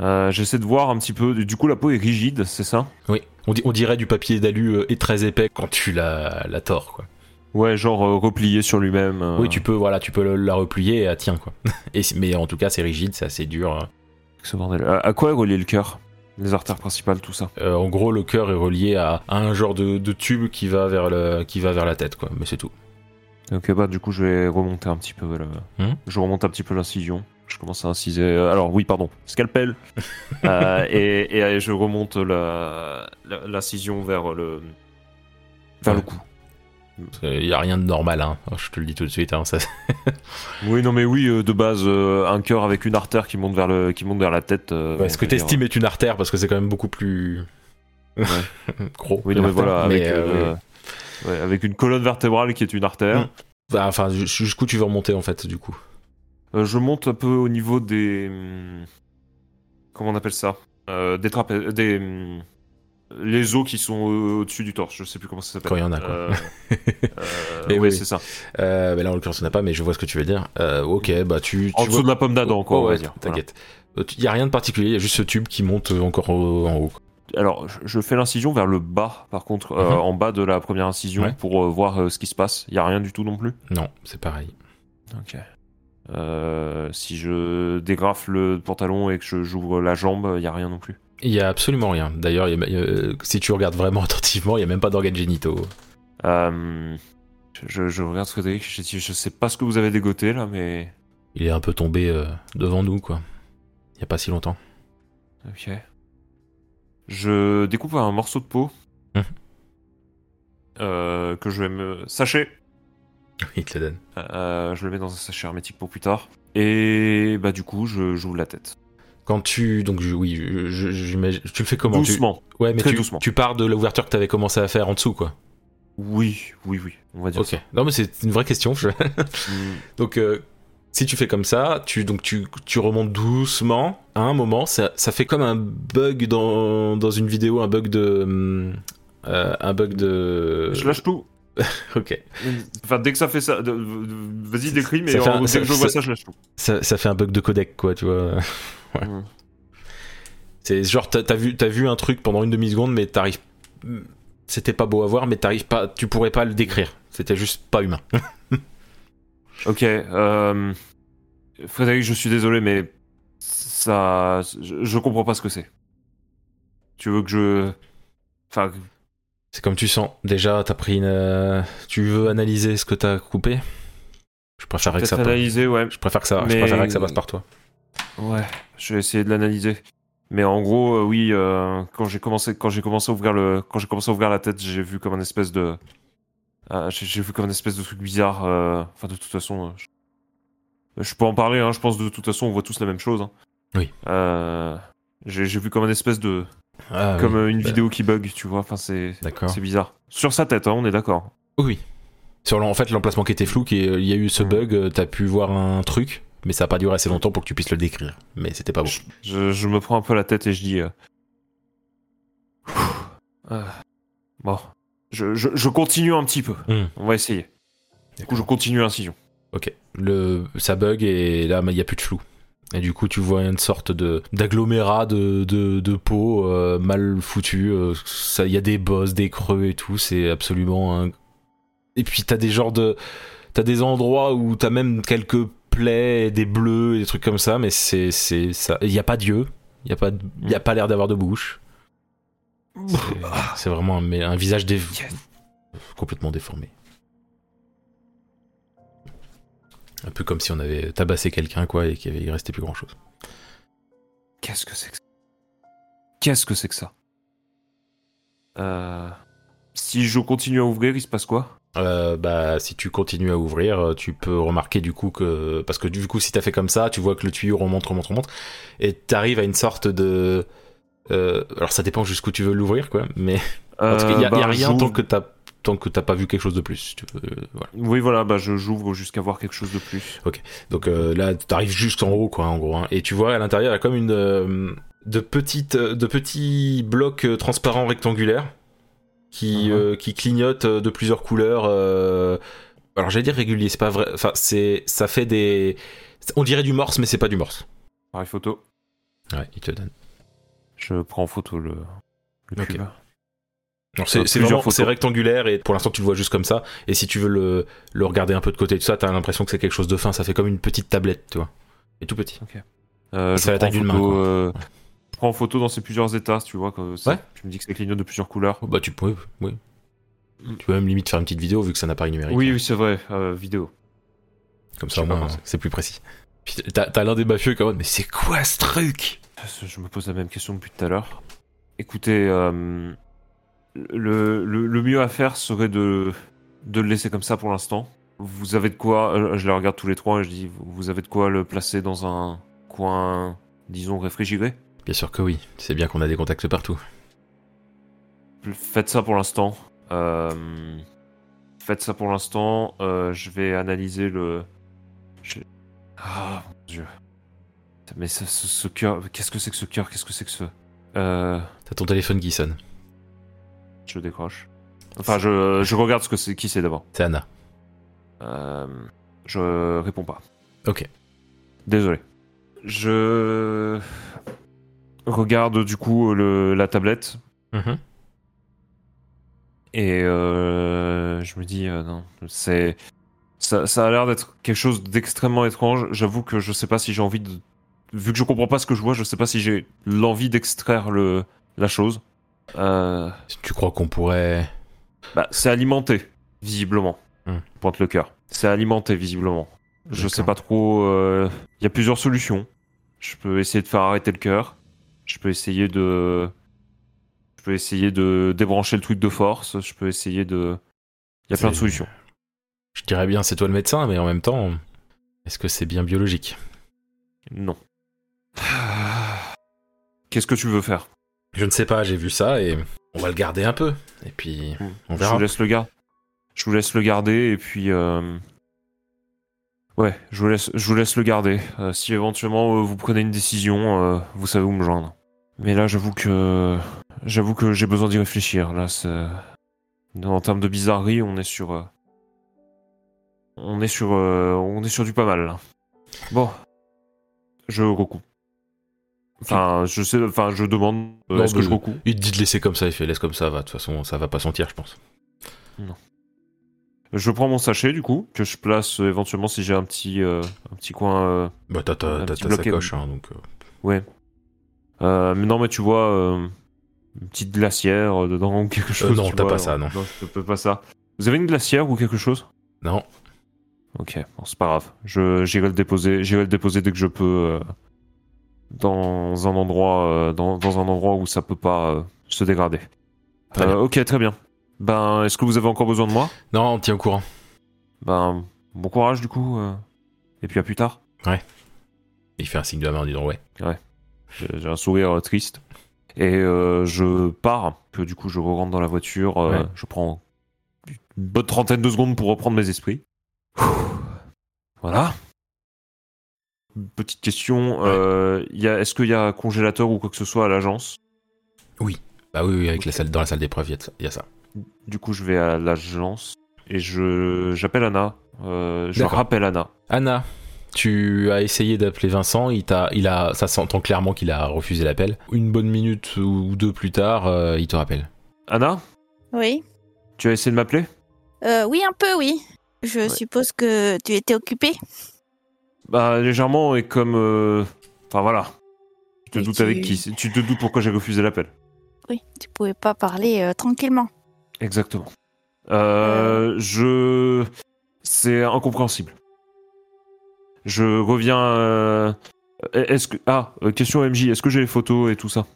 Speaker 2: Euh, J'essaie de voir un petit peu. Du coup, la peau est rigide, c'est ça
Speaker 1: Oui. On, di- on dirait du papier d'alu euh, et très épais quand tu la, la tords, quoi.
Speaker 2: Ouais, genre euh, replié sur lui-même. euh,
Speaker 1: Oui, tu peux, voilà, tu peux le- la replier et ah, tiens, quoi. Et, c'est- mais en tout cas, c'est rigide, c'est assez dur. hein.
Speaker 2: ce bordel. Euh, À, à quoi est relié le cœur Les artères principales, tout ça.
Speaker 1: Euh, en gros, le cœur est relié à, à un genre de, de tube qui va vers le, qui va vers la tête, quoi. Mais c'est tout.
Speaker 2: Ok, bah du coup, je vais remonter un petit peu. Là.
Speaker 1: Hmm.
Speaker 2: Je remonte un petit peu l'incision. Je commence à inciser. euh, Alors oui, pardon, scalpel. Euh, et, et, euh, je remonte la- la- l'incision vers le vers le
Speaker 1: Ouais.
Speaker 2: cou.
Speaker 1: Il y a rien de normal, hein. Je te le dis tout de suite, hein. Ça,
Speaker 2: Oui, non, mais oui, euh, de base, euh, un cœur avec une artère qui monte vers le qui monte vers la tête. euh, bon,
Speaker 1: ce que
Speaker 2: je veux dire,
Speaker 1: t'estimes est une artère parce que c'est quand même beaucoup plus gros.
Speaker 2: Oui, non, mais
Speaker 1: l'artère.
Speaker 2: voilà, avec,
Speaker 1: euh,
Speaker 2: euh, ouais, avec une colonne vertébrale qui est une artère.
Speaker 1: bah, enfin, jus- jusqu'où tu veux remonter en fait, du coup.
Speaker 2: Euh, je monte un peu au niveau des. hum, Comment on appelle ça Euh, Des trapèzes. Des. hum, Les os qui sont au- au-dessus du torse, je sais plus comment ça s'appelle.
Speaker 1: Quand il y en a, quoi.
Speaker 2: Euh, euh,
Speaker 1: Mais
Speaker 2: ouais,
Speaker 1: oui.
Speaker 2: c'est ça.
Speaker 1: Euh, bah là, en l'occurrence, on n'a pas, mais je vois ce que tu veux dire. Euh, ok, bah tu. tu
Speaker 2: En dessous
Speaker 1: vois-
Speaker 2: de la pomme d'Adam, quoi,
Speaker 1: Oh,
Speaker 2: on va
Speaker 1: ouais,
Speaker 2: dire. Voilà.
Speaker 1: T'inquiète. Il n'y a rien de particulier, il y a juste ce tube qui monte encore au- en haut. quoi.
Speaker 2: Alors, je- je fais l'incision vers le bas, par contre, euh,
Speaker 1: Mhm.
Speaker 2: en bas de la première incision,
Speaker 1: Ouais.
Speaker 2: pour euh, voir euh, ce qui se passe. Il y a rien du tout non plus.
Speaker 1: Non, c'est pareil.
Speaker 2: Ok. Euh, si je dégrafe le pantalon et que je j'ouvre la jambe, il y a rien non plus.
Speaker 1: Il y a absolument rien. D'ailleurs, il y a- il y a- euh, si tu regardes vraiment attentivement, il y a même pas d'organes génitaux.
Speaker 2: Euh, je, je regarde Frédéric, je, dis, je sais pas ce que vous avez dégoté là, mais.
Speaker 1: Il est un peu tombé euh, devant nous, quoi. Il y a pas si longtemps.
Speaker 2: Ok. Je découpe un morceau de peau.
Speaker 1: Mhm.
Speaker 2: Euh, que je vais me. Sachet
Speaker 1: Il te le donne.
Speaker 2: Euh, Je le mets dans un sachet hermétique pour plus tard. Et bah, du coup, je j'ouvre la tête.
Speaker 1: Quand tu. Donc, je- oui, je- je- j'imagine. Tu le fais comment tu-
Speaker 2: Doucement.
Speaker 1: Ouais, mais
Speaker 2: Très
Speaker 1: tu,
Speaker 2: doucement.
Speaker 1: tu pars de l'ouverture que t'avais commencé à faire en dessous, quoi.
Speaker 2: Oui, oui, oui. On va dire
Speaker 1: Ok. Non, mais c'est une vraie question. je-
Speaker 2: ça. Mm.
Speaker 1: Donc, euh, si tu fais comme ça, tu, donc tu, tu remontes doucement. À un moment, ça, ça fait comme un bug dans, dans une vidéo, un bug de. hum, euh, un bug de.
Speaker 2: Je lâche tout.
Speaker 1: Ok.
Speaker 2: Enfin, dès que ça fait ça. de- de- Vas-y, décris, mais
Speaker 1: ça fait
Speaker 2: en-
Speaker 1: un-
Speaker 2: dès
Speaker 1: ça-
Speaker 2: que je vois
Speaker 1: ça-
Speaker 2: ça, je lâche tout.
Speaker 1: Ça, ça fait un bug de codec, quoi, tu vois. Ouais.
Speaker 2: Mm.
Speaker 1: C'est genre, t'as t'as vu, t'as vu un truc pendant une demi-seconde, mais t'arrives. C'était pas beau à voir, mais t'arrives pas. Tu pourrais pas le décrire. C'était juste pas humain.
Speaker 2: Ok. Euh... Frédéric, je suis désolé, mais ça, je, je comprends pas ce que c'est. Tu veux que je, enfin,
Speaker 1: C'est comme tu sens. Déjà, t'as pris une. euh, Tu veux analyser ce que t'as coupé Je préférerais que
Speaker 2: peut-être
Speaker 1: ça. passe-
Speaker 2: analyser, ouais.
Speaker 1: Je préfère que ça. Je
Speaker 2: Mais-
Speaker 1: préférerais que ça passe par toi.
Speaker 2: Ouais. Je vais essayer de l'analyser. Mais en gros, euh, oui, euh, quand j'ai commencé, quand j'ai commencé à ouvrir le, quand j'ai commencé à ouvrir la tête, j'ai vu comme un espèce de, euh, j'ai j'ai vu comme un espèce de truc bizarre. euh, Enfin, de toute façon, euh, je... je peux en parler. Hein, je pense de toute façon, on voit tous la même chose. hein.
Speaker 1: Oui.
Speaker 2: Euh, J'ai j'ai vu comme un espèce de,
Speaker 1: Ah, oui,
Speaker 2: comme euh, une
Speaker 1: Bah. Ah.
Speaker 2: vidéo qui bug, tu vois. Enfin, c'est
Speaker 1: D'accord.
Speaker 2: c'est bizarre. Sur sa tête, hein, on est d'accord.
Speaker 1: Oui, Oui. Sur l'en- en fait l'emplacement qui était flou, qui est- il y a eu ce
Speaker 2: Mm.
Speaker 1: bug. euh, T'as pu voir un truc, mais ça a pas duré assez longtemps pour que tu puisses le décrire. Mais c'était pas Ah bon.
Speaker 2: Je, je- je me prends un peu la tête et je dis. euh, Ouh, euh,
Speaker 1: Ah.
Speaker 2: Bon, je, je- je continue un petit peu.
Speaker 1: Hmm.
Speaker 2: On va essayer. Du coup, je continue l'incision.
Speaker 1: Ok. Le, ça bug et là, il n'y a plus de flou. Et du coup, tu vois une sorte de d'agglomérat de, de, de peau euh, mal foutue. euh, ça Il y a des bosses, des creux et tout. C'est absolument. un- Et puis, t'as des genres de. T'as des endroits où t'as même quelques plaies, et des bleus, et des trucs comme ça, mais c'est. c'est ça. Il n'y a pas d'yeux. Il n'y a pas, de- il y a pas l'air d'avoir de bouche. C'est- C'est vraiment un, mais un visage dé-
Speaker 2: Yes.
Speaker 1: complètement déformé. Un peu comme si on avait tabassé quelqu'un, quoi, et qu'il y avait- il restait plus grand chose.
Speaker 2: Qu'est-ce que c'est que ça qu'est-ce que c'est que ça Euh, Si je continue à ouvrir, il se passe quoi
Speaker 1: Euh, bah, si tu continues à ouvrir, euh, tu peux remarquer du coup que. Parce que du coup, si t'as fait comme ça, tu vois que le tuyau remonte, remonte, remonte. Et t'arrives à une sorte de. euh, alors, ça dépend jusqu'où tu veux l'ouvrir, quoi. Mais. Parce qu'il y, a-
Speaker 2: Euh, bah,
Speaker 1: y a rien
Speaker 2: j'ouvre-
Speaker 1: tant que t'as. Tant que t'as pas vu quelque chose de plus. Tu peux- euh, voilà.
Speaker 2: Oui, voilà, bah, je j'ouvre jusqu'à voir quelque chose de plus.
Speaker 1: Donc euh, là, t'arrives juste en haut, quoi, en gros. hein. Et tu vois, à l'intérieur, il y a comme une. euh, de, petites, euh, de petits blocs euh, transparents rectangulaires qui,
Speaker 2: Mhm.
Speaker 1: euh, qui clignotent euh, de plusieurs couleurs. euh, Alors, j'allais dire régulier, c'est pas vrai. Enfin, c'est, ça fait des. On dirait du morse, mais c'est pas du morse.
Speaker 2: Pareil photo.
Speaker 1: Ouais, il te donne.
Speaker 2: Je prends en photo le, le
Speaker 1: Ok.
Speaker 2: cube.
Speaker 1: Alors, c'est,
Speaker 2: Euh,
Speaker 1: c'est
Speaker 2: plusieurs
Speaker 1: vraiment-
Speaker 2: photos.
Speaker 1: c'est rectangulaire et pour l'instant, tu le vois juste comme ça. Et si tu veux le, le regarder un peu de côté, tout ça, t'as l'impression que c'est quelque chose de fin. Ça fait comme une petite tablette, tu vois. Et tout petit.
Speaker 2: Euh,
Speaker 1: Ça
Speaker 2: je
Speaker 1: va
Speaker 2: prends
Speaker 1: être d'une
Speaker 2: en photo,
Speaker 1: main, quoi.
Speaker 2: euh, je prends en photo dans ces plusieurs états, tu vois. Que ça-
Speaker 1: Ouais.
Speaker 2: Tu me dis que ça clignote de plusieurs couleurs.
Speaker 1: Oh, Bah, tu peux, oui.
Speaker 2: Mm.
Speaker 1: Tu peux même limite faire une petite vidéo vu que c'est un appareil numérique.
Speaker 2: Oui, oui, c'est vrai, euh, vidéo.
Speaker 1: Comme ça,
Speaker 2: J'ai
Speaker 1: au
Speaker 2: pas
Speaker 1: moins,
Speaker 2: pensé.
Speaker 1: c'est plus précis. Puis t'as t'as l'un des mafieux qui est en mode, mais c'est quoi ce truc
Speaker 2: Je me pose la même question depuis tout à l'heure. Écoutez, euh, le, le- le mieux à faire serait de, de le laisser comme ça pour l'instant. Vous avez de quoi, euh, je les regarde tous les trois et je dis, vous- vous avez de quoi le placer dans un coin, disons, réfrigéré
Speaker 1: Bien sûr que oui, tu sais bien qu'on a des contacts partout.
Speaker 2: Faites ça pour l'instant. Euh, faites ça pour l'instant. Euh, je vais analyser le. je- Ah mon dieu. Mais ça- ce, ce cœur, qu'est-ce que c'est que ce cœur Qu'est-ce que c'est que ce Euh,
Speaker 1: T'as ton téléphone qui sonne,
Speaker 2: Je décroche. Enfin, je, je regarde ce que c'est, qui c'est d'abord.
Speaker 1: c'est Anna.
Speaker 2: Euh, je réponds pas.
Speaker 1: Ok.
Speaker 2: Désolé. Je regarde du coup le, la tablette Mhm. Et euh, je me dis, euh, non, c'est. Ça, ça a l'air d'être quelque chose d'extrêmement étrange. J'avoue que je sais pas si j'ai envie de. Vu que je comprends pas ce que je vois, je sais pas si j'ai l'envie d'extraire le la chose. Euh,
Speaker 1: Tu crois qu'on pourrait...
Speaker 2: bah, c'est alimenté, visiblement.
Speaker 1: Hmm.
Speaker 2: Pointe le cœur. C'est alimenté, visiblement. Je
Speaker 1: D'accord.
Speaker 2: sais pas trop. euh, Il y a plusieurs solutions. Je peux essayer de faire arrêter le cœur. Je peux essayer de. Je peux essayer de débrancher le truc de force. Je peux essayer de. Il y a plein de
Speaker 1: C'est-
Speaker 2: solutions.
Speaker 1: Je dirais bien c'est toi le médecin, mais en même temps, est-ce que c'est bien biologique
Speaker 2: Non. Qu'est-ce que tu veux faire
Speaker 1: Je ne sais pas, j'ai vu ça et on va le garder un peu. Et puis... On
Speaker 2: Hmm. Je
Speaker 1: verra.
Speaker 2: vous laisse le garder. Je vous laisse le garder et puis. euh, Ouais, je vous laisse, je vous laisse le garder. Euh, si éventuellement euh, vous prenez une décision, euh, vous savez où me joindre. Mais là, j'avoue que j'avoue que j'ai besoin d'y réfléchir. Là, c'est- en termes de bizarrerie, on est sur, euh, on est sur, euh, on est sur du pas mal. Là. Bon, je recoupe. Enfin, je sais, enfin, je demande. euh,
Speaker 1: Non,
Speaker 2: Est-ce que
Speaker 1: mais-
Speaker 2: je recoupe
Speaker 1: Il te dit de laisser comme ça, il fait laisse comme ça, va, de toute façon ça va pas sentir je pense.
Speaker 2: Je prends mon sachet du coup, que je place euh, éventuellement si j'ai un petit euh, un petit coin. euh,
Speaker 1: Bah t'as ta
Speaker 2: Un
Speaker 1: t'as
Speaker 2: petit
Speaker 1: ta
Speaker 2: bloc et-
Speaker 1: sacoche, hein, donc... euh,
Speaker 2: euh, mais non mais tu vois euh, une petite glacière euh, dedans ou quelque chose.
Speaker 1: non,
Speaker 2: tu
Speaker 1: t'as
Speaker 2: vois,
Speaker 1: pas ça, non.
Speaker 2: je peux pas ça. Vous avez une glacière ou quelque chose
Speaker 1: Non,
Speaker 2: Ok, bon, c'est pas grave. Je j'irai le déposer, j'irai le déposer dès que je peux euh, dans un endroit euh, dans, dans un endroit où ça peut pas euh, se dégrader.
Speaker 1: Très
Speaker 2: Euh,
Speaker 1: bien.
Speaker 2: ok, très bien. Ben, est-ce que vous avez encore besoin de moi
Speaker 1: non, on tient au courant.
Speaker 2: Ben, bon courage du coup. euh, et puis à plus tard.
Speaker 1: Il fait un signe de la main en disant ouais.
Speaker 2: J'ai j'ai un sourire euh, triste. Et euh, je pars, que du coup je rentre dans la voiture, euh,
Speaker 1: Ouais.
Speaker 2: je prends une bonne trentaine de secondes pour reprendre mes esprits. Ouh. Voilà. Une Petite question, euh, il y a- est-ce qu'il y a congélateur ou quoi que ce soit à l'agence
Speaker 1: Bah oui, oui avec la salle, dans la salle d'épreuve, il y a de ça- il y a ça.
Speaker 2: Du coup je vais à l'agence et je j'appelle Anna. Euh, je
Speaker 1: D'accord.
Speaker 2: rappelle Anna.
Speaker 1: Anna, tu as essayé d'appeler Vincent, il t'a, il a, ça s'entend clairement qu'il a refusé l'appel. Une bonne minute ou deux plus tard, euh, il te rappelle.
Speaker 2: Anna,
Speaker 3: Oui.
Speaker 2: tu as essayé de m'appeler
Speaker 3: Euh, oui, un peu, oui. Je suppose que tu étais occupé.
Speaker 2: Bah légèrement et comme... euh, Enfin voilà. Tu te
Speaker 3: Et
Speaker 2: doutes
Speaker 3: tu-
Speaker 2: avec qui c'est- Tu te doutes pourquoi j'ai refusé l'appel
Speaker 3: Oui, tu pouvais pas parler euh, tranquillement.
Speaker 2: Exactement. Euh, Je. C'est incompréhensible. e-, Je reviens. euh, Est-ce que. Ah, euh, question MJ, est-ce que j'ai les photos et tout ça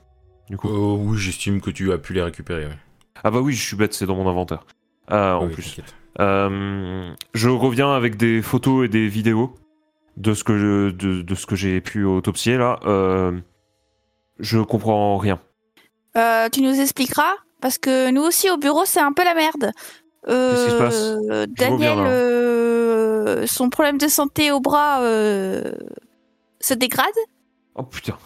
Speaker 2: Du coup.
Speaker 1: Oh, oui, j'estime que tu as pu les récupérer. ouais.
Speaker 2: Ah bah oui, je suis bête, c'est dans mon inventaire. Euh, en
Speaker 1: Oui,
Speaker 2: plus.
Speaker 1: t'inquiète.
Speaker 2: Euh, je reviens avec des photos et des vidéos de ce que je- de, de ce que j'ai pu autopsier là. Euh, je comprends rien.
Speaker 3: Euh, tu nous expliqueras parce que nous aussi au bureau c'est un peu la merde. Euh,
Speaker 2: Qu'est-ce qui se passe Je vois bien,
Speaker 3: Daniel,
Speaker 2: là.
Speaker 3: euh, son problème de santé au bras euh, se dégrade.
Speaker 2: Oh putain.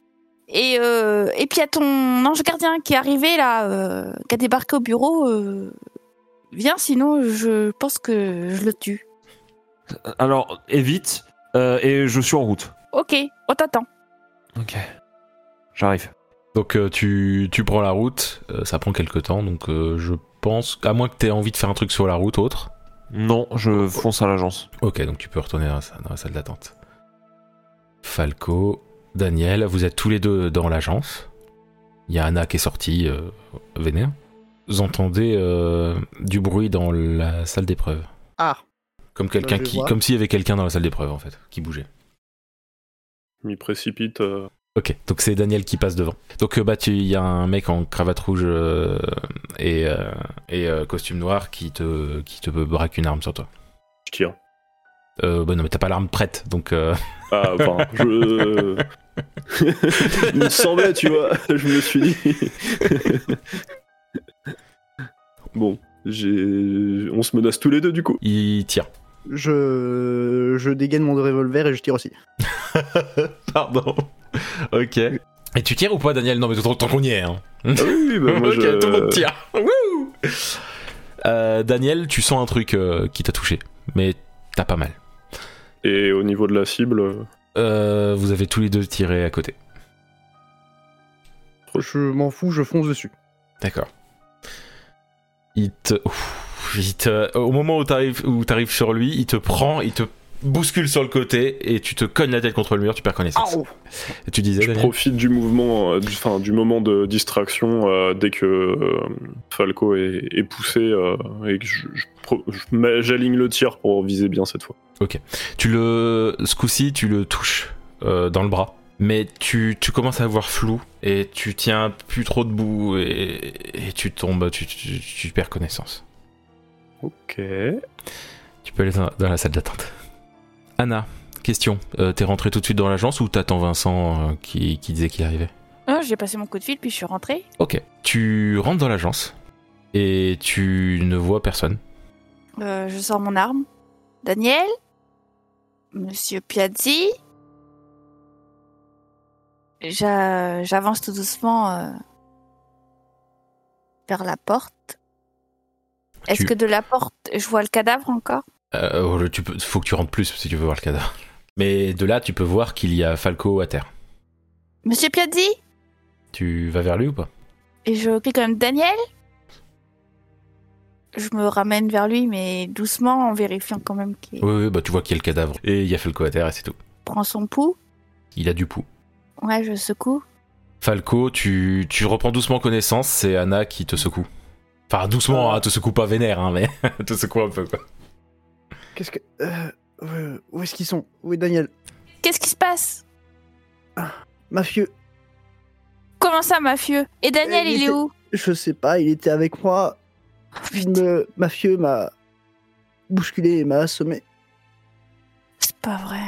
Speaker 3: Et, euh, et puis à ton ange gardien qui est arrivé là, euh, qui a débarqué au bureau, euh, viens sinon je pense que je le tue.
Speaker 2: Alors évite euh, et je suis en route.
Speaker 3: Ok, on t'attend.
Speaker 2: Ok. J'arrive.
Speaker 1: Donc euh, tu, tu prends la route, euh, ça prend quelques temps, donc euh, je pense, à moins que tu aies envie de faire un truc sur la route autre.
Speaker 2: Non, je
Speaker 1: Oh.
Speaker 2: fonce à l'agence.
Speaker 1: Ok, donc tu peux retourner dans la salle, dans la salle d'attente. Falco, Daniel, vous êtes tous les deux dans l'agence. Il y a Anna qui est sortie, euh, vénère. Vous entendez euh, du bruit dans la salle d'épreuve.
Speaker 5: Ah,
Speaker 1: Comme quelqu'un
Speaker 5: je
Speaker 1: qui,
Speaker 5: vois.
Speaker 1: comme s'il y avait quelqu'un dans la salle d'épreuve en fait, qui bougeait.
Speaker 4: M'y précipite. euh,
Speaker 1: Ok, donc c'est Daniel qui passe devant. Donc euh, bah tu, il y a un mec en cravate rouge euh, et, euh, et euh, costume noir qui te, qui te braque une arme sur toi.
Speaker 4: je tire.
Speaker 1: Euh, bah non mais t'as pas l'arme prête, donc euh,
Speaker 4: Ah, enfin, je. euh, Il me semblait, tu vois. Je me suis dit. bon, j'ai. On se menace tous les deux, du coup.
Speaker 1: il tire.
Speaker 5: je... je dégaine mon revolver et je tire aussi.
Speaker 1: Pardon. ok. Et tu tires ou pas, Daniel Non, mais tant, tant qu'on y est. Hein.
Speaker 4: Ah oui, oui, bah moi,
Speaker 1: ok,
Speaker 4: je...
Speaker 1: tout le monde tire. Wouh Euh, Daniel, tu sens un truc euh, qui t'a touché, mais t'as pas mal.
Speaker 4: Et au niveau de la cible, euh,
Speaker 1: Euh, vous avez tous les deux tiré à côté.
Speaker 5: Je m'en fous, je fonce dessus.
Speaker 1: D'accord. Il te. Ouf, il te- Au moment où t'arrives où t'arrives sur lui, il te prend, il te bouscule sur le côté et tu te cognes la tête contre le mur, tu perds connaissance.
Speaker 5: Aouh.
Speaker 1: Et tu disais,
Speaker 4: Ah, je
Speaker 1: Daniel
Speaker 4: profite du mouvement, euh, du, enfin, du moment de distraction euh, dès que euh, Falco est, est poussé euh, et que je- je pro- je mets- j'aligne le tir pour viser bien cette fois.
Speaker 1: Tu le, ce coup-ci, tu le touches euh, dans le bras, mais tu, tu commences à voir flou et tu tiens plus trop debout et, et tu tombes, tu, tu- tu perds connaissance.
Speaker 4: Ok.
Speaker 1: Tu peux aller dans, dans la salle d'attente. Anna, question. Euh, t'es rentrée tout de suite dans l'agence ou t'attends Vincent euh, qui, qui disait qu'il arrivait
Speaker 3: Ah, J'ai passé mon coup de fil puis je suis rentrée.
Speaker 1: Ok. Tu rentres dans l'agence et tu ne vois personne.
Speaker 3: Euh, je sors mon arme. Daniel Monsieur Piazzi J'a- J'avance tout doucement euh, vers la porte. Est-ce
Speaker 1: Tu-
Speaker 3: que de la porte, je vois le cadavre encore
Speaker 1: Euh, tu peux, faut que tu rentres plus si tu veux voir le cadavre. Mais de là, tu peux voir qu'il y a Falco à terre.
Speaker 3: Monsieur Piazzi
Speaker 1: Tu vas vers lui ou pas
Speaker 3: Et je clique comme Daniel Je me ramène vers lui, mais doucement, en vérifiant quand même qu'il
Speaker 1: Oui, oui, bah tu vois qu'il y a le cadavre. Et il y a Falco à terre et c'est tout.
Speaker 3: prend son pouls.
Speaker 1: Il a du pouls.
Speaker 3: Ouais, je secoue.
Speaker 1: Falco, tu, tu reprends doucement connaissance, c'est Anna qui te secoue. Enfin, doucement, hein, te secoue pas vénère, hein, mais te secoue un peu, quoi.
Speaker 5: Qu'est-ce que. euh, euh, où est-ce qu'ils sont Où est Daniel
Speaker 3: Qu'est-ce qui se passe
Speaker 5: Mafieux,
Speaker 3: Comment ça, mafieux Et Daniel,
Speaker 5: Euh, il
Speaker 3: il est
Speaker 5: était-
Speaker 3: où
Speaker 5: je sais pas, il était avec moi. Il me... Mafieux m'a bousculé et m'a assommé.
Speaker 3: C'est pas vrai.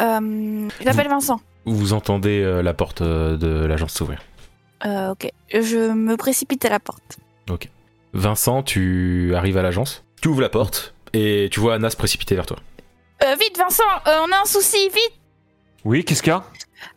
Speaker 3: Euh, J'appelle Vincent.
Speaker 1: Vous entendez euh, la porte euh, de l'agence s'ouvrir.
Speaker 3: Euh, ok. Je me précipite à la porte.
Speaker 1: Vincent, tu arrives à l'agence, tu ouvres la porte, et tu vois Anna se précipiter vers toi.
Speaker 3: Euh, vite, Vincent, euh, on a un souci, vite
Speaker 2: Oui, qu'est-ce qu'il y a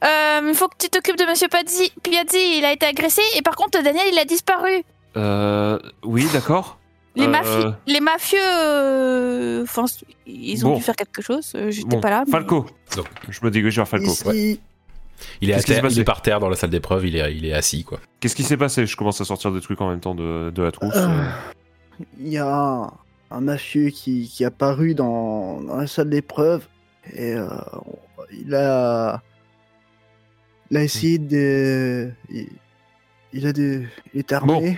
Speaker 3: Euh, Il faut que tu t'occupes de Monsieur Pazzi- Piazzi, il a été agressé et par contre, Daniel, il a disparu.
Speaker 2: euh, Oui, d'accord.
Speaker 3: Les,
Speaker 2: Euh,
Speaker 3: mafi- les mafieux, euh, enfin, ils ont
Speaker 2: Bon.
Speaker 3: dû faire quelque chose, euh, j'étais
Speaker 2: Bon,
Speaker 3: pas là. mais-
Speaker 2: Falco.
Speaker 1: Donc.
Speaker 2: Je me dirige vers Falco.
Speaker 5: Ici,
Speaker 1: Il est, à
Speaker 2: Qu'est-ce qui
Speaker 1: terre-
Speaker 2: s'est passé
Speaker 1: il est par terre dans la salle d'épreuve, il est, il est assis, quoi.
Speaker 2: Qu'est-ce qui s'est passé Je commence à sortir des trucs en même temps de, de la trousse.
Speaker 5: Euh, il y a un, un mafieux qui, qui est apparu dans, dans la salle d'épreuve et euh, on- il a. Il a essayé de. Il, il a de. Il est armé.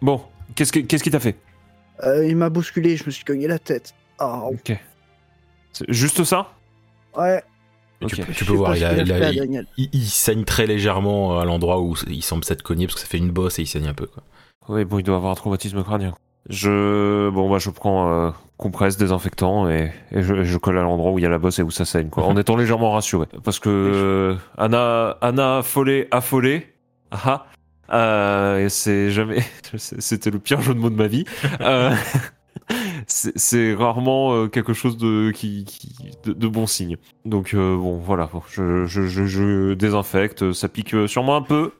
Speaker 2: Bon, qu'est-ce que- qu'est-ce qui t'a fait
Speaker 5: Euh, il m'a bousculé, je me suis cogné la tête. Ah,
Speaker 2: Ok. C'est juste ça
Speaker 5: ouais.
Speaker 1: Mais tu
Speaker 2: Ok.
Speaker 1: peux- Tu,
Speaker 5: Je
Speaker 1: peux
Speaker 5: sais
Speaker 1: voir,
Speaker 5: pas
Speaker 1: il,
Speaker 5: ce
Speaker 1: a-
Speaker 5: qu'il a
Speaker 1: il a-
Speaker 5: fait à
Speaker 1: il-
Speaker 5: Daniel.
Speaker 1: il- il saigne très légèrement euh, à l'endroit où il semble s'être cogné parce que ça fait une bosse et il saigne un peu. Quoi.
Speaker 2: Oui, bon, il doit avoir un traumatisme crânien. Je, bon, bah, je prends euh, compresse, désinfectant et, et je, et je colle à l'endroit où il y a la bosse et où ça saigne, quoi, en étant légèrement rassuré. Parce que euh, Anna, Anna affolée, affolée, ah ah, euh, et c'est jamais, c'est- c'était le pire jeu de mots de ma vie. Euh, c'est c'est rarement euh, quelque chose de, qui, qui- de, de bon signe. Donc euh, bon, voilà, bon, je, je, je, je désinfecte, ça pique euh, sûrement un peu.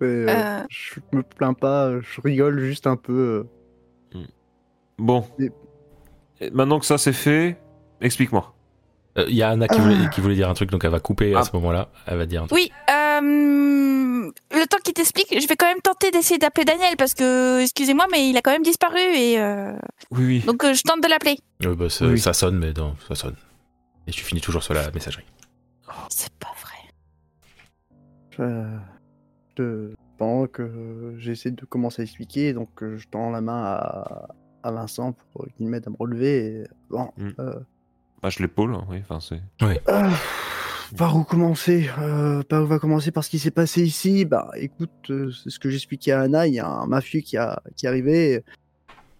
Speaker 5: Mais, euh,
Speaker 3: Euh.
Speaker 5: Je me plains pas, je rigole juste un peu.
Speaker 2: Bon.
Speaker 5: Et-
Speaker 2: Et Maintenant que ça c'est fait, explique-moi.
Speaker 1: Euh, Il y a Anna qui,
Speaker 3: Ah.
Speaker 1: voulait, qui voulait dire un truc, donc elle va couper à
Speaker 2: Ah.
Speaker 1: ce moment-là. Elle va dire un truc.
Speaker 3: Oui, euh, le temps qu'il t'explique, je vais quand même tenter d'essayer d'appeler Daniel parce que, excusez-moi, mais il a quand même disparu et euh,
Speaker 2: Oui, oui.
Speaker 3: donc euh, je tente de l'appeler.
Speaker 1: Euh, bah, ça,
Speaker 2: Oui.
Speaker 1: ça sonne, mais non, ça sonne. Et tu finis toujours sur la messagerie.
Speaker 3: C'est pas vrai.
Speaker 5: euh, de- Pendant que j'essaie de commencer à expliquer, donc euh, je tends la main à, à Vincent pour euh, qu'il m'aide à me relever. et- Bon,
Speaker 2: Mm.
Speaker 5: euh,
Speaker 2: Bah, je l'épaule, hein, oui. Enfin, c'est...
Speaker 5: Euh, par où commencer Euh, Par où va commencer Par ce qui s'est passé ici Bah écoute, euh, c'est ce que j'expliquais à Anna, il y a un mafieux qui, a, qui est arrivé.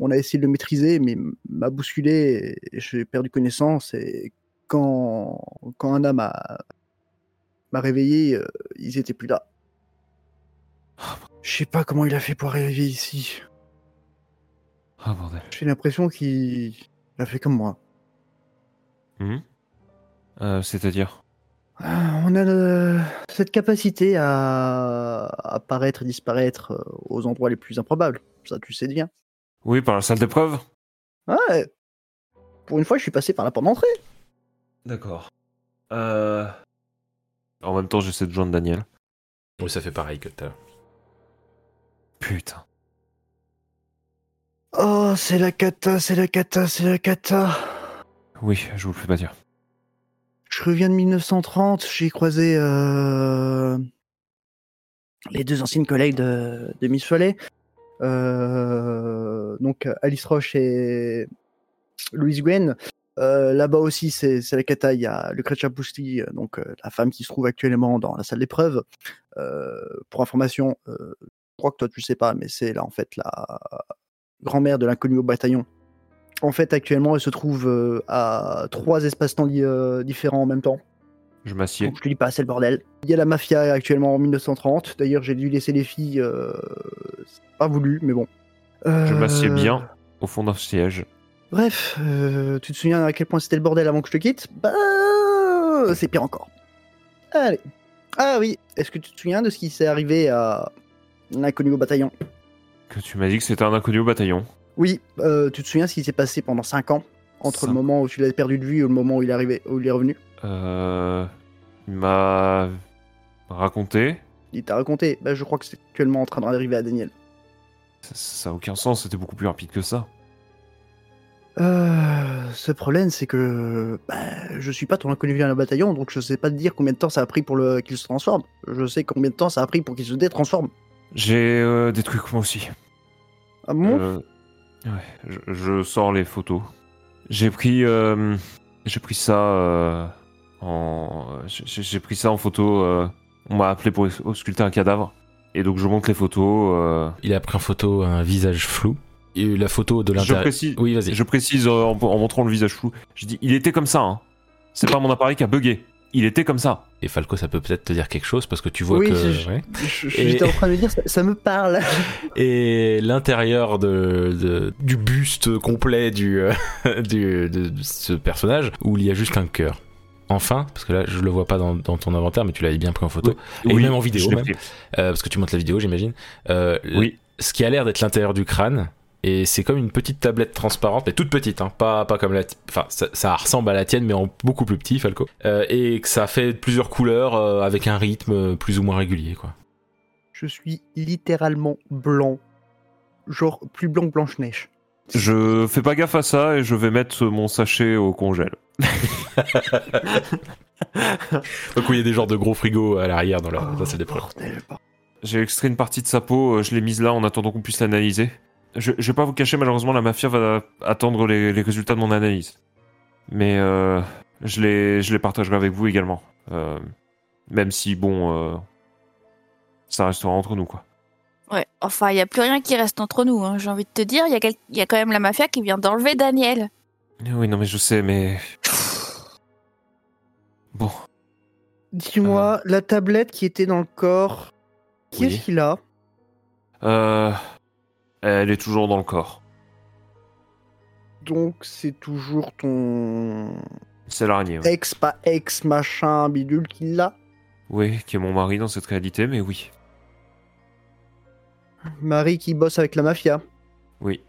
Speaker 5: On a essayé de le maîtriser, mais il m'a bousculé et j'ai perdu connaissance. Et quand, quand Anna m'a, m'a réveillé, euh, ils étaient plus là. Je sais pas comment il a fait pour arriver ici.
Speaker 2: Ah bordel.
Speaker 5: J'ai l'impression qu'il il a fait comme moi.
Speaker 2: Mhm. Euh, c'est-à-dire
Speaker 5: Ah, On a euh, cette capacité à apparaître et disparaître euh, aux endroits les plus improbables. Ça, tu sais bien.
Speaker 2: Oui, par la salle d'épreuve.
Speaker 5: Ouais. Pour une fois, je suis passé par la porte d'entrée.
Speaker 2: D'accord. Euh... En même temps, j'essaie de joindre Daniel.
Speaker 1: Oui, ça fait pareil que tout à l'heure.
Speaker 2: Putain.
Speaker 5: Oh, c'est la cata, c'est la cata, c'est la cata.
Speaker 2: Oui, je vous le fais pas dire.
Speaker 5: Je reviens de 1930, j'ai croisé euh, les deux anciennes collègues de, de Miss Follet. Euh, donc Alice Roche et Louise Gwen. Euh, Là-bas aussi, c'est c'est la cata. Il y a Lucretia Pousti, donc euh, la femme qui se trouve actuellement dans la salle d'épreuve. Euh, pour information, euh, je crois que toi tu le sais pas, mais c'est là en fait la grand-mère de l'inconnu au bataillon en fait, actuellement, elle se trouve euh, à trois espaces-temps li- euh, différents en même temps.
Speaker 2: Je m'assieds.
Speaker 5: Donc, je te dis pas, c'est le bordel. Il y a la mafia actuellement en 1930. D'ailleurs, j'ai dû laisser les filles. euh, c'est pas voulu, mais bon.
Speaker 2: Je
Speaker 5: Euh,
Speaker 2: m'assieds bien au fond d'un siège.
Speaker 5: Bref, euh, tu te souviens à quel point c'était le bordel avant que je te quitte Bah, c'est pire encore. Allez. Ah oui, est-ce que tu te souviens de ce qui s'est arrivé à l'inconnu au bataillon
Speaker 2: Que tu m'as dit que c'était un inconnu au bataillon.
Speaker 5: Oui, euh, tu te souviens ce qui s'est passé pendant 5 ans entre
Speaker 2: Cinq.
Speaker 5: le moment où tu l'as perdu de vue et le moment où il est, arrivé, où il est revenu
Speaker 2: Euh... Il m'a raconté.
Speaker 5: Il t'a raconté Bah, Je crois que c'est actuellement en train d'arriver à Daniel.
Speaker 2: Ça- ça a aucun sens. C'était beaucoup plus rapide que ça.
Speaker 5: Euh, ce problème, c'est que bah, je suis pas ton inconnu vilain à bataillon, donc je sais pas te dire combien de temps ça a pris pour le... qu'il se transforme. Je sais combien de temps ça a pris pour qu'il se détransforme.
Speaker 2: J'ai euh, des trucs moi aussi.
Speaker 5: Ah bon
Speaker 2: Euh, ouais, je, je sors les photos. J'ai pris, euh, j'ai pris ça euh, en, j'ai j'ai pris ça en photo. euh, on m'a appelé pour ausculter un cadavre, et donc je monte les photos. euh,
Speaker 1: Il a pris en photo un visage flou. Et la photo de
Speaker 2: je
Speaker 1: l'intérieur.
Speaker 2: précise,
Speaker 1: Oui, vas-y.
Speaker 2: je précise euh, en, en montrant le visage flou. Je dis, il était comme ça. Hein. C'est pas mon appareil qui a bugué. Il était comme ça.
Speaker 1: Et Falco, ça peut peut-être te dire quelque chose parce que tu vois
Speaker 5: Oui,
Speaker 1: que.
Speaker 5: je-
Speaker 1: ouais.
Speaker 5: Je- je-
Speaker 1: et-
Speaker 5: J'étais en train de me dire, ça, ça me parle.
Speaker 1: Et l'intérieur de, de- du buste complet du, euh, du- de, de ce personnage où il y a juste un cœur. Enfin, parce que là je le vois pas dans, dans ton inventaire, mais tu l'avais bien pris en photo, Et même en vidéo,
Speaker 2: je l'ai
Speaker 1: même.
Speaker 2: pris.
Speaker 1: Euh, parce que tu montes la vidéo, j'imagine. Euh,
Speaker 2: Oui.
Speaker 1: ce qui a l'air d'être l'intérieur du crâne. Et c'est comme une petite tablette transparente, mais toute petite, hein, pas, pas comme la. ti- Enfin, ça, ça ressemble à la tienne, mais en beaucoup plus petit, Falco. Euh, et que ça fait plusieurs couleurs euh, avec un rythme plus ou moins régulier, quoi.
Speaker 5: Je suis littéralement blanc. Genre plus blanc que Blanche-Neige.
Speaker 2: Je fais pas gaffe à ça et je vais mettre mon sachet au congèle.
Speaker 1: Donc, oui, il y a des genres de gros frigos à l'arrière dans la, dans la salle d'épreuve.
Speaker 5: Bordel, bordel.
Speaker 2: J'ai extrait une partie de sa peau, euh, je l'ai mise là en attendant qu'on puisse l'analyser. Je, je vais pas vous cacher, malheureusement, la mafia va attendre les, les résultats de mon analyse. Mais euh, je les, je les partagerai avec vous également. Euh, même si, bon, euh, ça restera entre nous, quoi.
Speaker 3: Ouais, enfin, il n'y a plus rien qui reste entre nous. hein. J'ai envie de te dire, il y, a quel- il y a quand même la mafia qui vient d'enlever Daniel.
Speaker 2: Oui, non, mais je sais, mais. Bon.
Speaker 1: Ah.
Speaker 5: Dis-moi, la tablette qui était dans le corps, qui
Speaker 2: Oui.
Speaker 5: est-ce qu'il a
Speaker 2: Euh, elle est toujours dans le corps.
Speaker 5: Donc c'est toujours ton
Speaker 2: C'est l'araignée, oui.
Speaker 5: ex, pas ex, machin, bidule qui l'a.
Speaker 2: Oui, qui est mon mari dans cette réalité, mais oui.
Speaker 5: Marie qui bosse avec la mafia.
Speaker 2: Oui.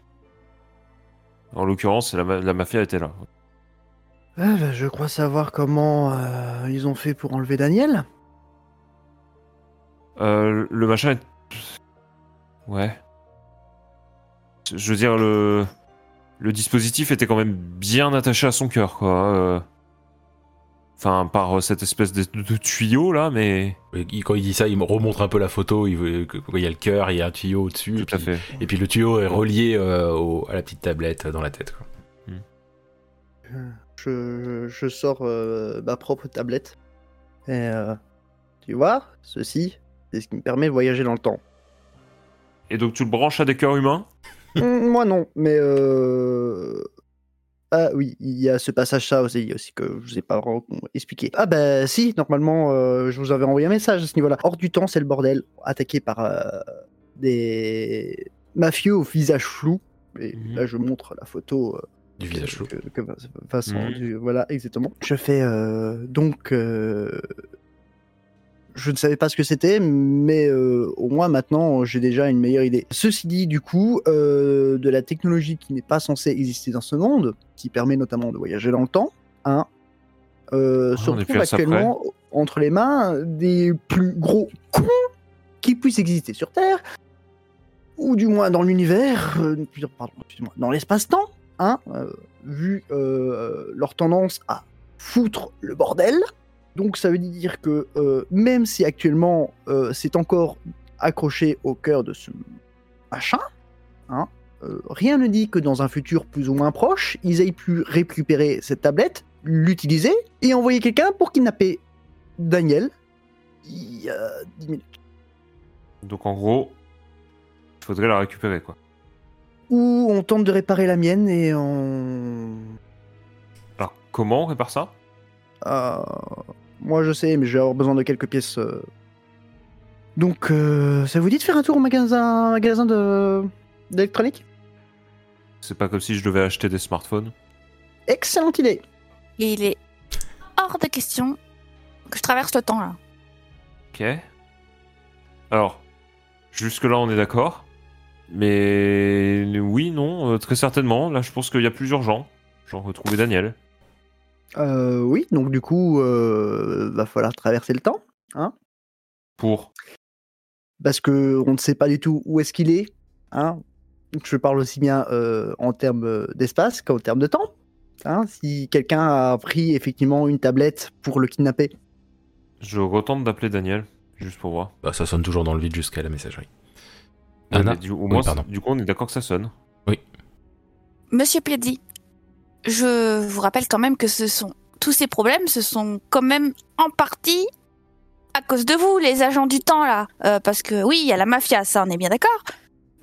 Speaker 2: En l'occurrence, la, ma- la mafia était là.
Speaker 5: Ah, bah, je crois savoir comment euh, ils ont fait pour enlever Daniel.
Speaker 2: Euh, le machin est... Ouais. Je veux dire, le... Le dispositif était quand même bien attaché à son cœur, quoi. euh. Enfin, par euh, cette espèce de, de tuyau, là, mais...
Speaker 1: Et il- Quand il dit ça, il me remontre un peu la photo. Il, veut que- il y a le cœur, il y a un tuyau au-dessus. Et,
Speaker 2: Tout à
Speaker 1: puis-
Speaker 2: fait.
Speaker 1: et puis le tuyau est relié euh, au- à la petite tablette euh, dans la tête. quoi.
Speaker 5: Je, je sors euh, ma propre tablette. Et euh, tu vois, ceci, c'est ce qui me permet de voyager dans le temps.
Speaker 2: Et donc, tu le branches à des cœurs humains
Speaker 5: Hmm, Moi non, mais euh... ah oui, il y a ce passage ça aussi, aussi que je vous ai pas vraiment expliqué. Ah bah si, normalement euh, je vous avais envoyé un message à ce niveau-là. Hors du temps, c'est le bordel, attaqué par euh, des mafieux au visage flou. Et
Speaker 2: Mhm.
Speaker 5: là, je montre la photo euh,
Speaker 1: Du
Speaker 5: que-
Speaker 1: visage chaud.
Speaker 5: que- que Vin- Vincent,
Speaker 2: Mhm.
Speaker 5: du- voilà, exactement. Je fais euh, donc. euh, je ne savais pas ce que c'était, mais euh, au moins maintenant j'ai déjà une meilleure idée. Ceci dit, du coup, euh, de la technologie qui n'est pas censée exister dans ce monde, qui permet notamment de voyager dans le temps, hein, euh,
Speaker 2: Ah,
Speaker 5: se
Speaker 2: on est
Speaker 5: retrouve
Speaker 2: plus à ça
Speaker 5: actuellement entre les mains des plus gros cons qui puissent exister sur Terre, ou du moins dans l'univers, euh, pardon, excuse-moi, dans l'espace-temps, hein, euh, vu euh, leur tendance à foutre le bordel. Donc ça veut dire que euh, même si actuellement euh, c'est encore accroché au cœur de ce machin, hein, euh, rien ne dit que dans un futur plus ou moins proche, ils aient pu récupérer cette tablette, l'utiliser et envoyer quelqu'un pour kidnapper Daniel il y a 10 minutes.
Speaker 2: Donc, en gros, il faudrait la récupérer, quoi.
Speaker 5: Ou on tente de réparer la mienne et on...
Speaker 2: Alors, comment on répare ça
Speaker 5: Euh, moi je sais, mais je vais avoir besoin de quelques pièces. euh. Donc, euh, ça vous dit de faire un tour au magasin, magasin de d'électronique
Speaker 2: C'est pas comme si je devais acheter des smartphones.
Speaker 5: Excellente idée.
Speaker 3: Et il est hors de question que je traverse le temps, là.
Speaker 2: Ok. Alors, jusque-là, on est d'accord. Mais oui, non, euh, très certainement. Là, je pense qu'il y a plus urgent. Genre retrouver Daniel.
Speaker 5: Euh, oui, donc du coup, euh, va falloir traverser le temps
Speaker 2: Pour.
Speaker 5: parce que on ne sait pas du tout où est-ce qu'il est. Hein Donc, je parle aussi bien euh, en termes d'espace qu'en termes de temps. Hein, si quelqu'un a pris effectivement une tablette pour le kidnapper,
Speaker 2: Je retente d'appeler Daniel, juste pour voir.
Speaker 1: Bah, ça sonne toujours dans le vide jusqu'à la messagerie.
Speaker 2: Ouais,
Speaker 1: Anna
Speaker 2: mais du, au moins,
Speaker 1: Ah, pardon.
Speaker 2: c'est- du coup, on est d'accord que ça sonne.
Speaker 3: Monsieur Pledy, je vous rappelle quand même que ce sont tous ces problèmes, ce sont quand même en partie à cause de vous, les agents du temps là, Euh, parce que oui, il y a la mafia, ça on est bien d'accord.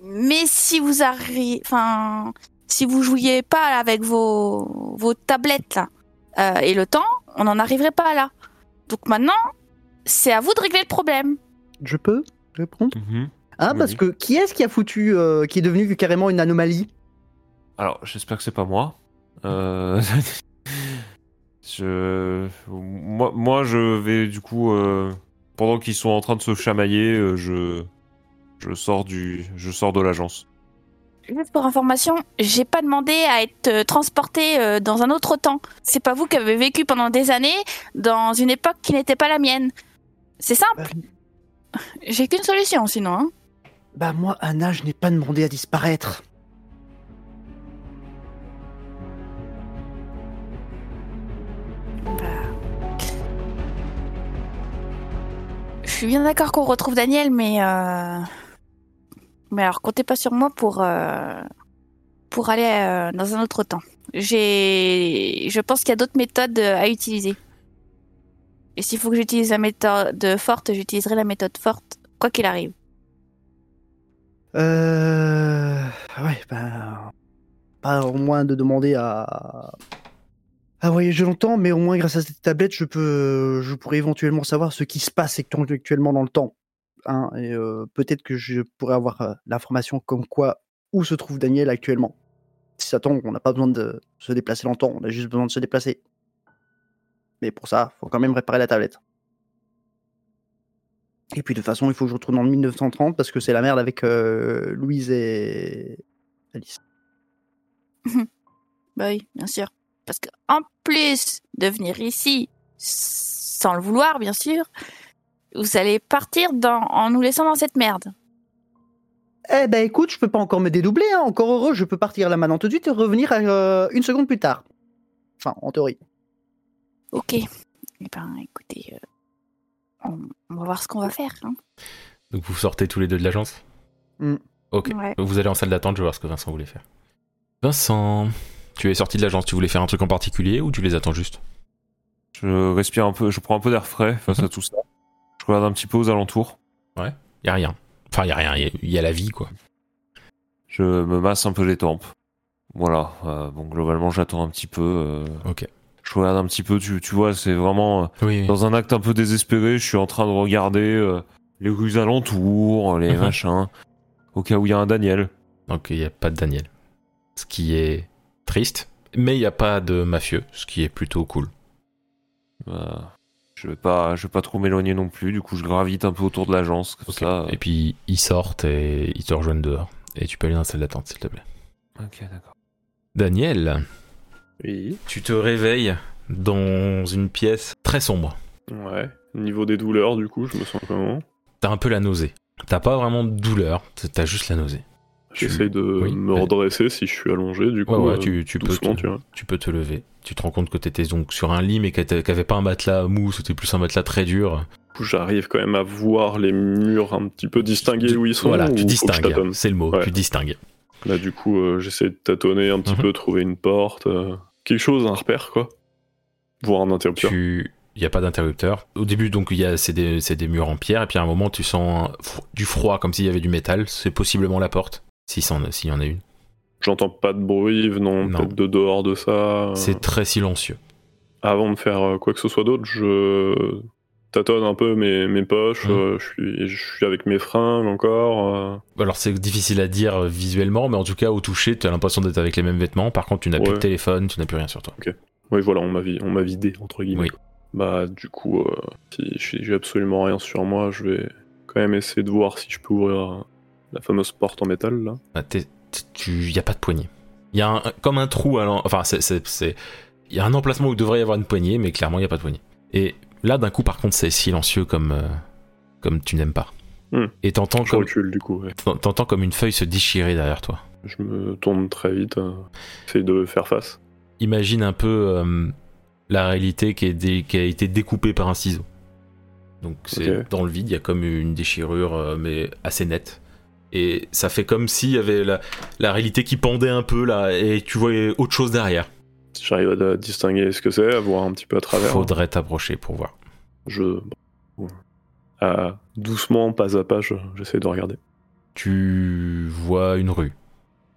Speaker 3: Mais si vous arrivez, enfin, si vous jouiez pas là, avec vos vos tablettes là euh, et le temps, on n'en arriverait pas là. Donc maintenant, c'est à vous de régler le problème.
Speaker 5: je peux répondre
Speaker 2: Mhm.
Speaker 5: Hein,
Speaker 2: Oui,
Speaker 5: Parce
Speaker 2: oui.
Speaker 5: que qui est-ce qui a foutu, euh, qui est devenu carrément une anomalie
Speaker 2: Alors, j'espère que c'est pas moi. Euh, je... Moi, moi, je vais du coup, euh, pendant qu'ils sont en train de se chamailler, euh, je, je sors du, je sors de l'agence.
Speaker 3: Juste pour information, j'ai pas demandé à être euh, transportée euh, dans un autre temps. C'est pas vous qui avez vécu pendant des années dans une époque qui n'était pas la mienne. C'est simple. J'ai qu'une solution sinon. hein.
Speaker 5: Bah moi, Anna, je n'ai pas demandé à disparaître.
Speaker 3: Je suis bien d'accord qu'on retrouve Daniel, mais euh... mais alors comptez pas sur moi pour euh, pour aller euh, dans un autre temps. J'ai, je pense qu'il y a d'autres méthodes euh, à utiliser. Et s'il faut que j'utilise la méthode forte, j'utiliserai la méthode forte, quoi qu'il arrive.
Speaker 5: Euh... Ouais, bah... Pas au moins de demander à... à voyager longtemps, mais au moins grâce à cette tablette, je peux, je pourrais éventuellement savoir ce qui se passe actuellement dans le temps. Hein, et euh, peut-être que je pourrais avoir euh, l'information comme quoi où se trouve Daniel actuellement. Si ça tombe, on n'a pas besoin de se déplacer longtemps, on a juste besoin de se déplacer. Mais pour ça, faut quand même réparer la tablette. Et puis de toute façon, il faut que je retourne en 1930 parce que c'est la merde avec euh, Louise et Alice.
Speaker 3: Bah oui, bien sûr. Parce que en plus de venir ici, s- sans le vouloir, bien sûr, vous allez partir dans, en nous laissant dans cette merde.
Speaker 5: Eh ben écoute, je peux pas encore me dédoubler, hein, encore heureux, je peux partir là maintenant tout de suite et revenir euh, une seconde plus tard. Enfin, en théorie.
Speaker 3: Ok. Eh ben, écoutez, euh, on, on va voir ce qu'on va faire. hein.
Speaker 1: Donc vous sortez tous les deux de l'agence
Speaker 5: Mm.
Speaker 1: Ok.
Speaker 3: Ouais.
Speaker 1: Vous allez en salle d'attente, je vais voir ce que Vincent voulait faire. Vincent, tu es sorti de l'agence, tu voulais faire un truc en particulier ou tu les attends juste
Speaker 2: Je respire un peu, je prends un peu d'air frais face à tout ça. Je regarde un petit peu aux alentours.
Speaker 1: Y a rien. Enfin, y a rien, y a, y a la vie quoi.
Speaker 2: Je me masse un peu les tempes. Voilà. euh, bon, globalement, j'attends un petit peu. euh,
Speaker 1: Ok.
Speaker 2: Je regarde un petit peu. Tu, tu vois, c'est vraiment euh,
Speaker 1: Oui,
Speaker 2: dans un acte un peu désespéré. Je suis en train de regarder euh, les rues alentours, euh, les
Speaker 1: Mhm.
Speaker 2: machins. Au cas où il y a un Daniel.
Speaker 1: Donc il n'y a pas de Daniel. Ce qui est triste, mais il n'y a pas de mafieux, ce qui est plutôt cool.
Speaker 2: Euh, je vais pas, je vais pas trop m'éloigner non plus. Du coup, je gravite un peu autour de l'agence. Comme
Speaker 1: Ok.
Speaker 2: ça.
Speaker 1: euh.
Speaker 2: euh,
Speaker 1: Et puis ils sortent et ils te rejoignent dehors. Et tu peux aller dans la salle d'attente s'il te plaît.
Speaker 2: Ok, d'accord.
Speaker 1: Daniel,
Speaker 4: Oui.
Speaker 1: tu te réveilles dans une pièce très sombre.
Speaker 4: Ouais. Niveau des douleurs, du coup, je me sens comment
Speaker 1: T'as un peu la nausée. T'as pas vraiment de douleur, t'as juste la nausée.
Speaker 4: J'essaye de
Speaker 1: Oui,
Speaker 4: me
Speaker 1: vas-y.
Speaker 4: redresser si je suis allongé, du coup.
Speaker 1: Ouais, ouais,
Speaker 4: euh,
Speaker 1: tu, tu peux
Speaker 4: doucement,
Speaker 1: te,
Speaker 4: tu vois.
Speaker 1: tu peux te lever. Tu te rends compte que t'étais donc sur un lit mais que t'a- qu'avait pas un matelas mou, c'était plus un matelas très dur.
Speaker 4: Du coup, J'arrive quand même à voir les murs un petit peu distingués
Speaker 1: Tu-
Speaker 4: où ils sont.
Speaker 1: Voilà,
Speaker 4: ou
Speaker 1: tu
Speaker 4: faut que je tâtonne
Speaker 1: distingues. C'est le mot,
Speaker 4: Ouais.
Speaker 1: tu distingues.
Speaker 4: Là, du coup, euh, j'essaie de tâtonner un petit
Speaker 1: Mhm.
Speaker 4: peu, trouver une porte, euh, quelque chose, un repère, quoi. Voir un interrupteur.
Speaker 1: Tu... Il n'y a pas d'interrupteur. Au début, donc, il y a... c'est des... c'est des murs en pierre, et puis à un moment, tu sens un fro- du froid comme s'il y avait du métal. C'est possiblement la porte, si c'en- s'il y en a une.
Speaker 4: J'entends pas de bruit venant
Speaker 1: Non.
Speaker 4: peut-être de dehors de ça. euh,
Speaker 1: C'est très silencieux.
Speaker 4: Avant de faire euh, quoi que ce soit d'autre, je tâtonne un peu mes, mes poches.
Speaker 1: Mhm.
Speaker 4: euh, je, suis, je suis avec mes fringues encore. euh,
Speaker 1: Alors, c'est difficile à dire euh, visuellement, mais en tout cas, au toucher, tu as l'impression d'être avec les mêmes vêtements. Par contre, tu n'as plus
Speaker 4: Ouais.
Speaker 1: de téléphone, tu n'as plus rien sur toi.
Speaker 4: Oui, voilà, on m'a vi- on m'a vidé, entre guillemets.
Speaker 1: Oui.
Speaker 4: Bah, du coup, euh, si si j'ai absolument rien sur moi, je vais quand même essayer de voir si je peux ouvrir euh, la fameuse porte en métal, là.
Speaker 1: Bah, t'es- t- tu- Il n'y a pas de poignée. Il y a un- comme un trou à l'en- Enfin, c'est- c'est- c'est- il y a un emplacement où il devrait y avoir une poignée, mais clairement, il n'y a pas de poignée. Et là, d'un coup, par contre, c'est silencieux comme, euh, comme tu n'aimes pas.
Speaker 4: Hmm.
Speaker 1: Et t'entends
Speaker 4: Je
Speaker 1: comme,
Speaker 4: recule, du coup, ouais.
Speaker 1: T'en- T'entends comme une feuille se déchirer derrière toi.
Speaker 4: Je me tourne très vite, euh, j'essaie de faire face.
Speaker 1: Imagine un peu euh, la réalité qui, est dé- qui a été découpée par un ciseau. Donc c'est
Speaker 4: Ok.
Speaker 1: dans le vide, il y a comme une déchirure, euh, mais assez nette. Et ça fait comme s'il y avait la, la réalité qui pendait un peu là, et tu voyais autre chose derrière.
Speaker 4: Si j'arrive à d- distinguer ce que c'est, à voir un petit peu à travers,
Speaker 1: Faudrait t'approcher pour voir.
Speaker 4: je... bon, euh, doucement, pas à pas, je- j'essaie de regarder.
Speaker 1: Tu vois une rue.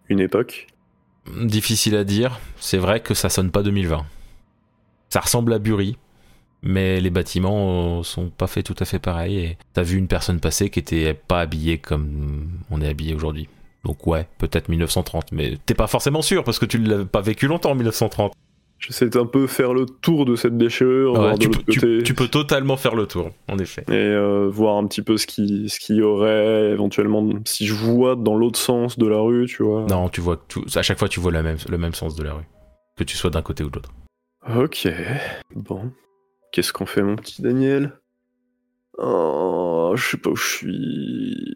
Speaker 4: Une époque,
Speaker 1: Difficile à dire, c'est vrai que ça sonne pas 2020. Ça ressemble à Bury, mais les bâtiments euh, sont pas faits tout à fait pareil. Et t'as vu une personne passer qui était pas habillée comme on est habillé aujourd'hui. Donc ouais, peut-être 1930, mais t'es pas forcément sûr parce que tu l'avais pas vécu longtemps en 1930.
Speaker 4: j'essaie d'un peu faire le tour de cette déchirure,
Speaker 1: Ouais,
Speaker 4: voir de
Speaker 1: tu,
Speaker 4: l'autre
Speaker 1: peux, tu-
Speaker 4: côté.
Speaker 1: tu peux totalement faire le tour, en effet.
Speaker 4: et euh, voir un petit peu ce qui ce qu'il y aurait éventuellement si je vois dans l'autre sens de la rue tu vois
Speaker 1: Non, tu vois, que tout- à chaque fois tu vois la même, le même sens de la rue, que tu sois d'un côté ou de l'autre.
Speaker 4: ok bon qu'est-ce qu'on fait mon petit Daniel oh je sais pas où je suis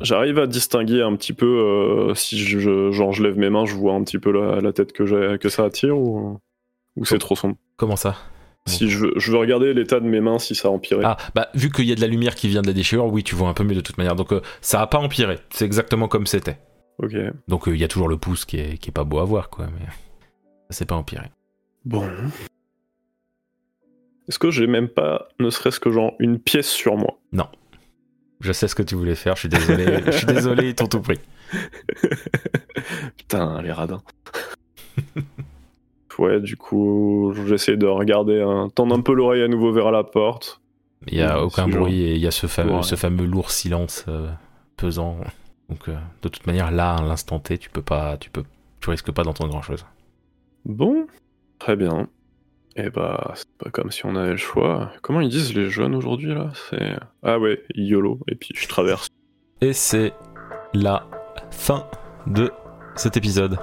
Speaker 4: j'arrive à distinguer un petit peu euh, si je- je genre je lève mes mains je vois un petit peu la, la tête que j'ai que ça attire ou ou c'est
Speaker 1: Comme-
Speaker 4: trop sombre
Speaker 1: Comment ça
Speaker 4: si je veux, je veux regarder l'état de mes mains si ça a empiré
Speaker 1: Ah, bah, vu qu'il y a de la lumière qui vient de la déchirure, oui, tu vois un peu mieux de toute manière. Donc, euh, ça a pas empiré. C'est exactement comme c'était.
Speaker 4: Ok.
Speaker 1: Donc euh, il y a toujours le pouce qui est, qui est pas beau à voir, quoi. Mais ça s'est pas empiré.
Speaker 4: Bon. Est-ce que j'ai même pas, ne serait-ce que genre une pièce sur moi
Speaker 1: Je sais ce que tu voulais faire. Je suis désolé. je suis désolé. Ils t'ont tout pris.
Speaker 4: Putain, les radins. ouais, du coup, j'essaie de regarder, un... tendre un peu l'oreille à nouveau vers la porte.
Speaker 1: Il y a
Speaker 4: Oui,
Speaker 1: aucun
Speaker 4: c'est genre-
Speaker 1: bruit et il y a ce fameux,
Speaker 4: Ouais.
Speaker 1: ce fameux lourd silence euh, pesant. Donc euh, de toute manière, là, à l'instant T, tu peux pas, tu peux, tu risques pas d'entendre grand chose.
Speaker 4: Bon, très bien. Eh bah, c'est pas comme si on avait le choix. Comment ils disent les jeunes aujourd'hui là C'est ah ouais, YOLO. Et puis je traverse.
Speaker 1: Et c'est la fin de cet épisode.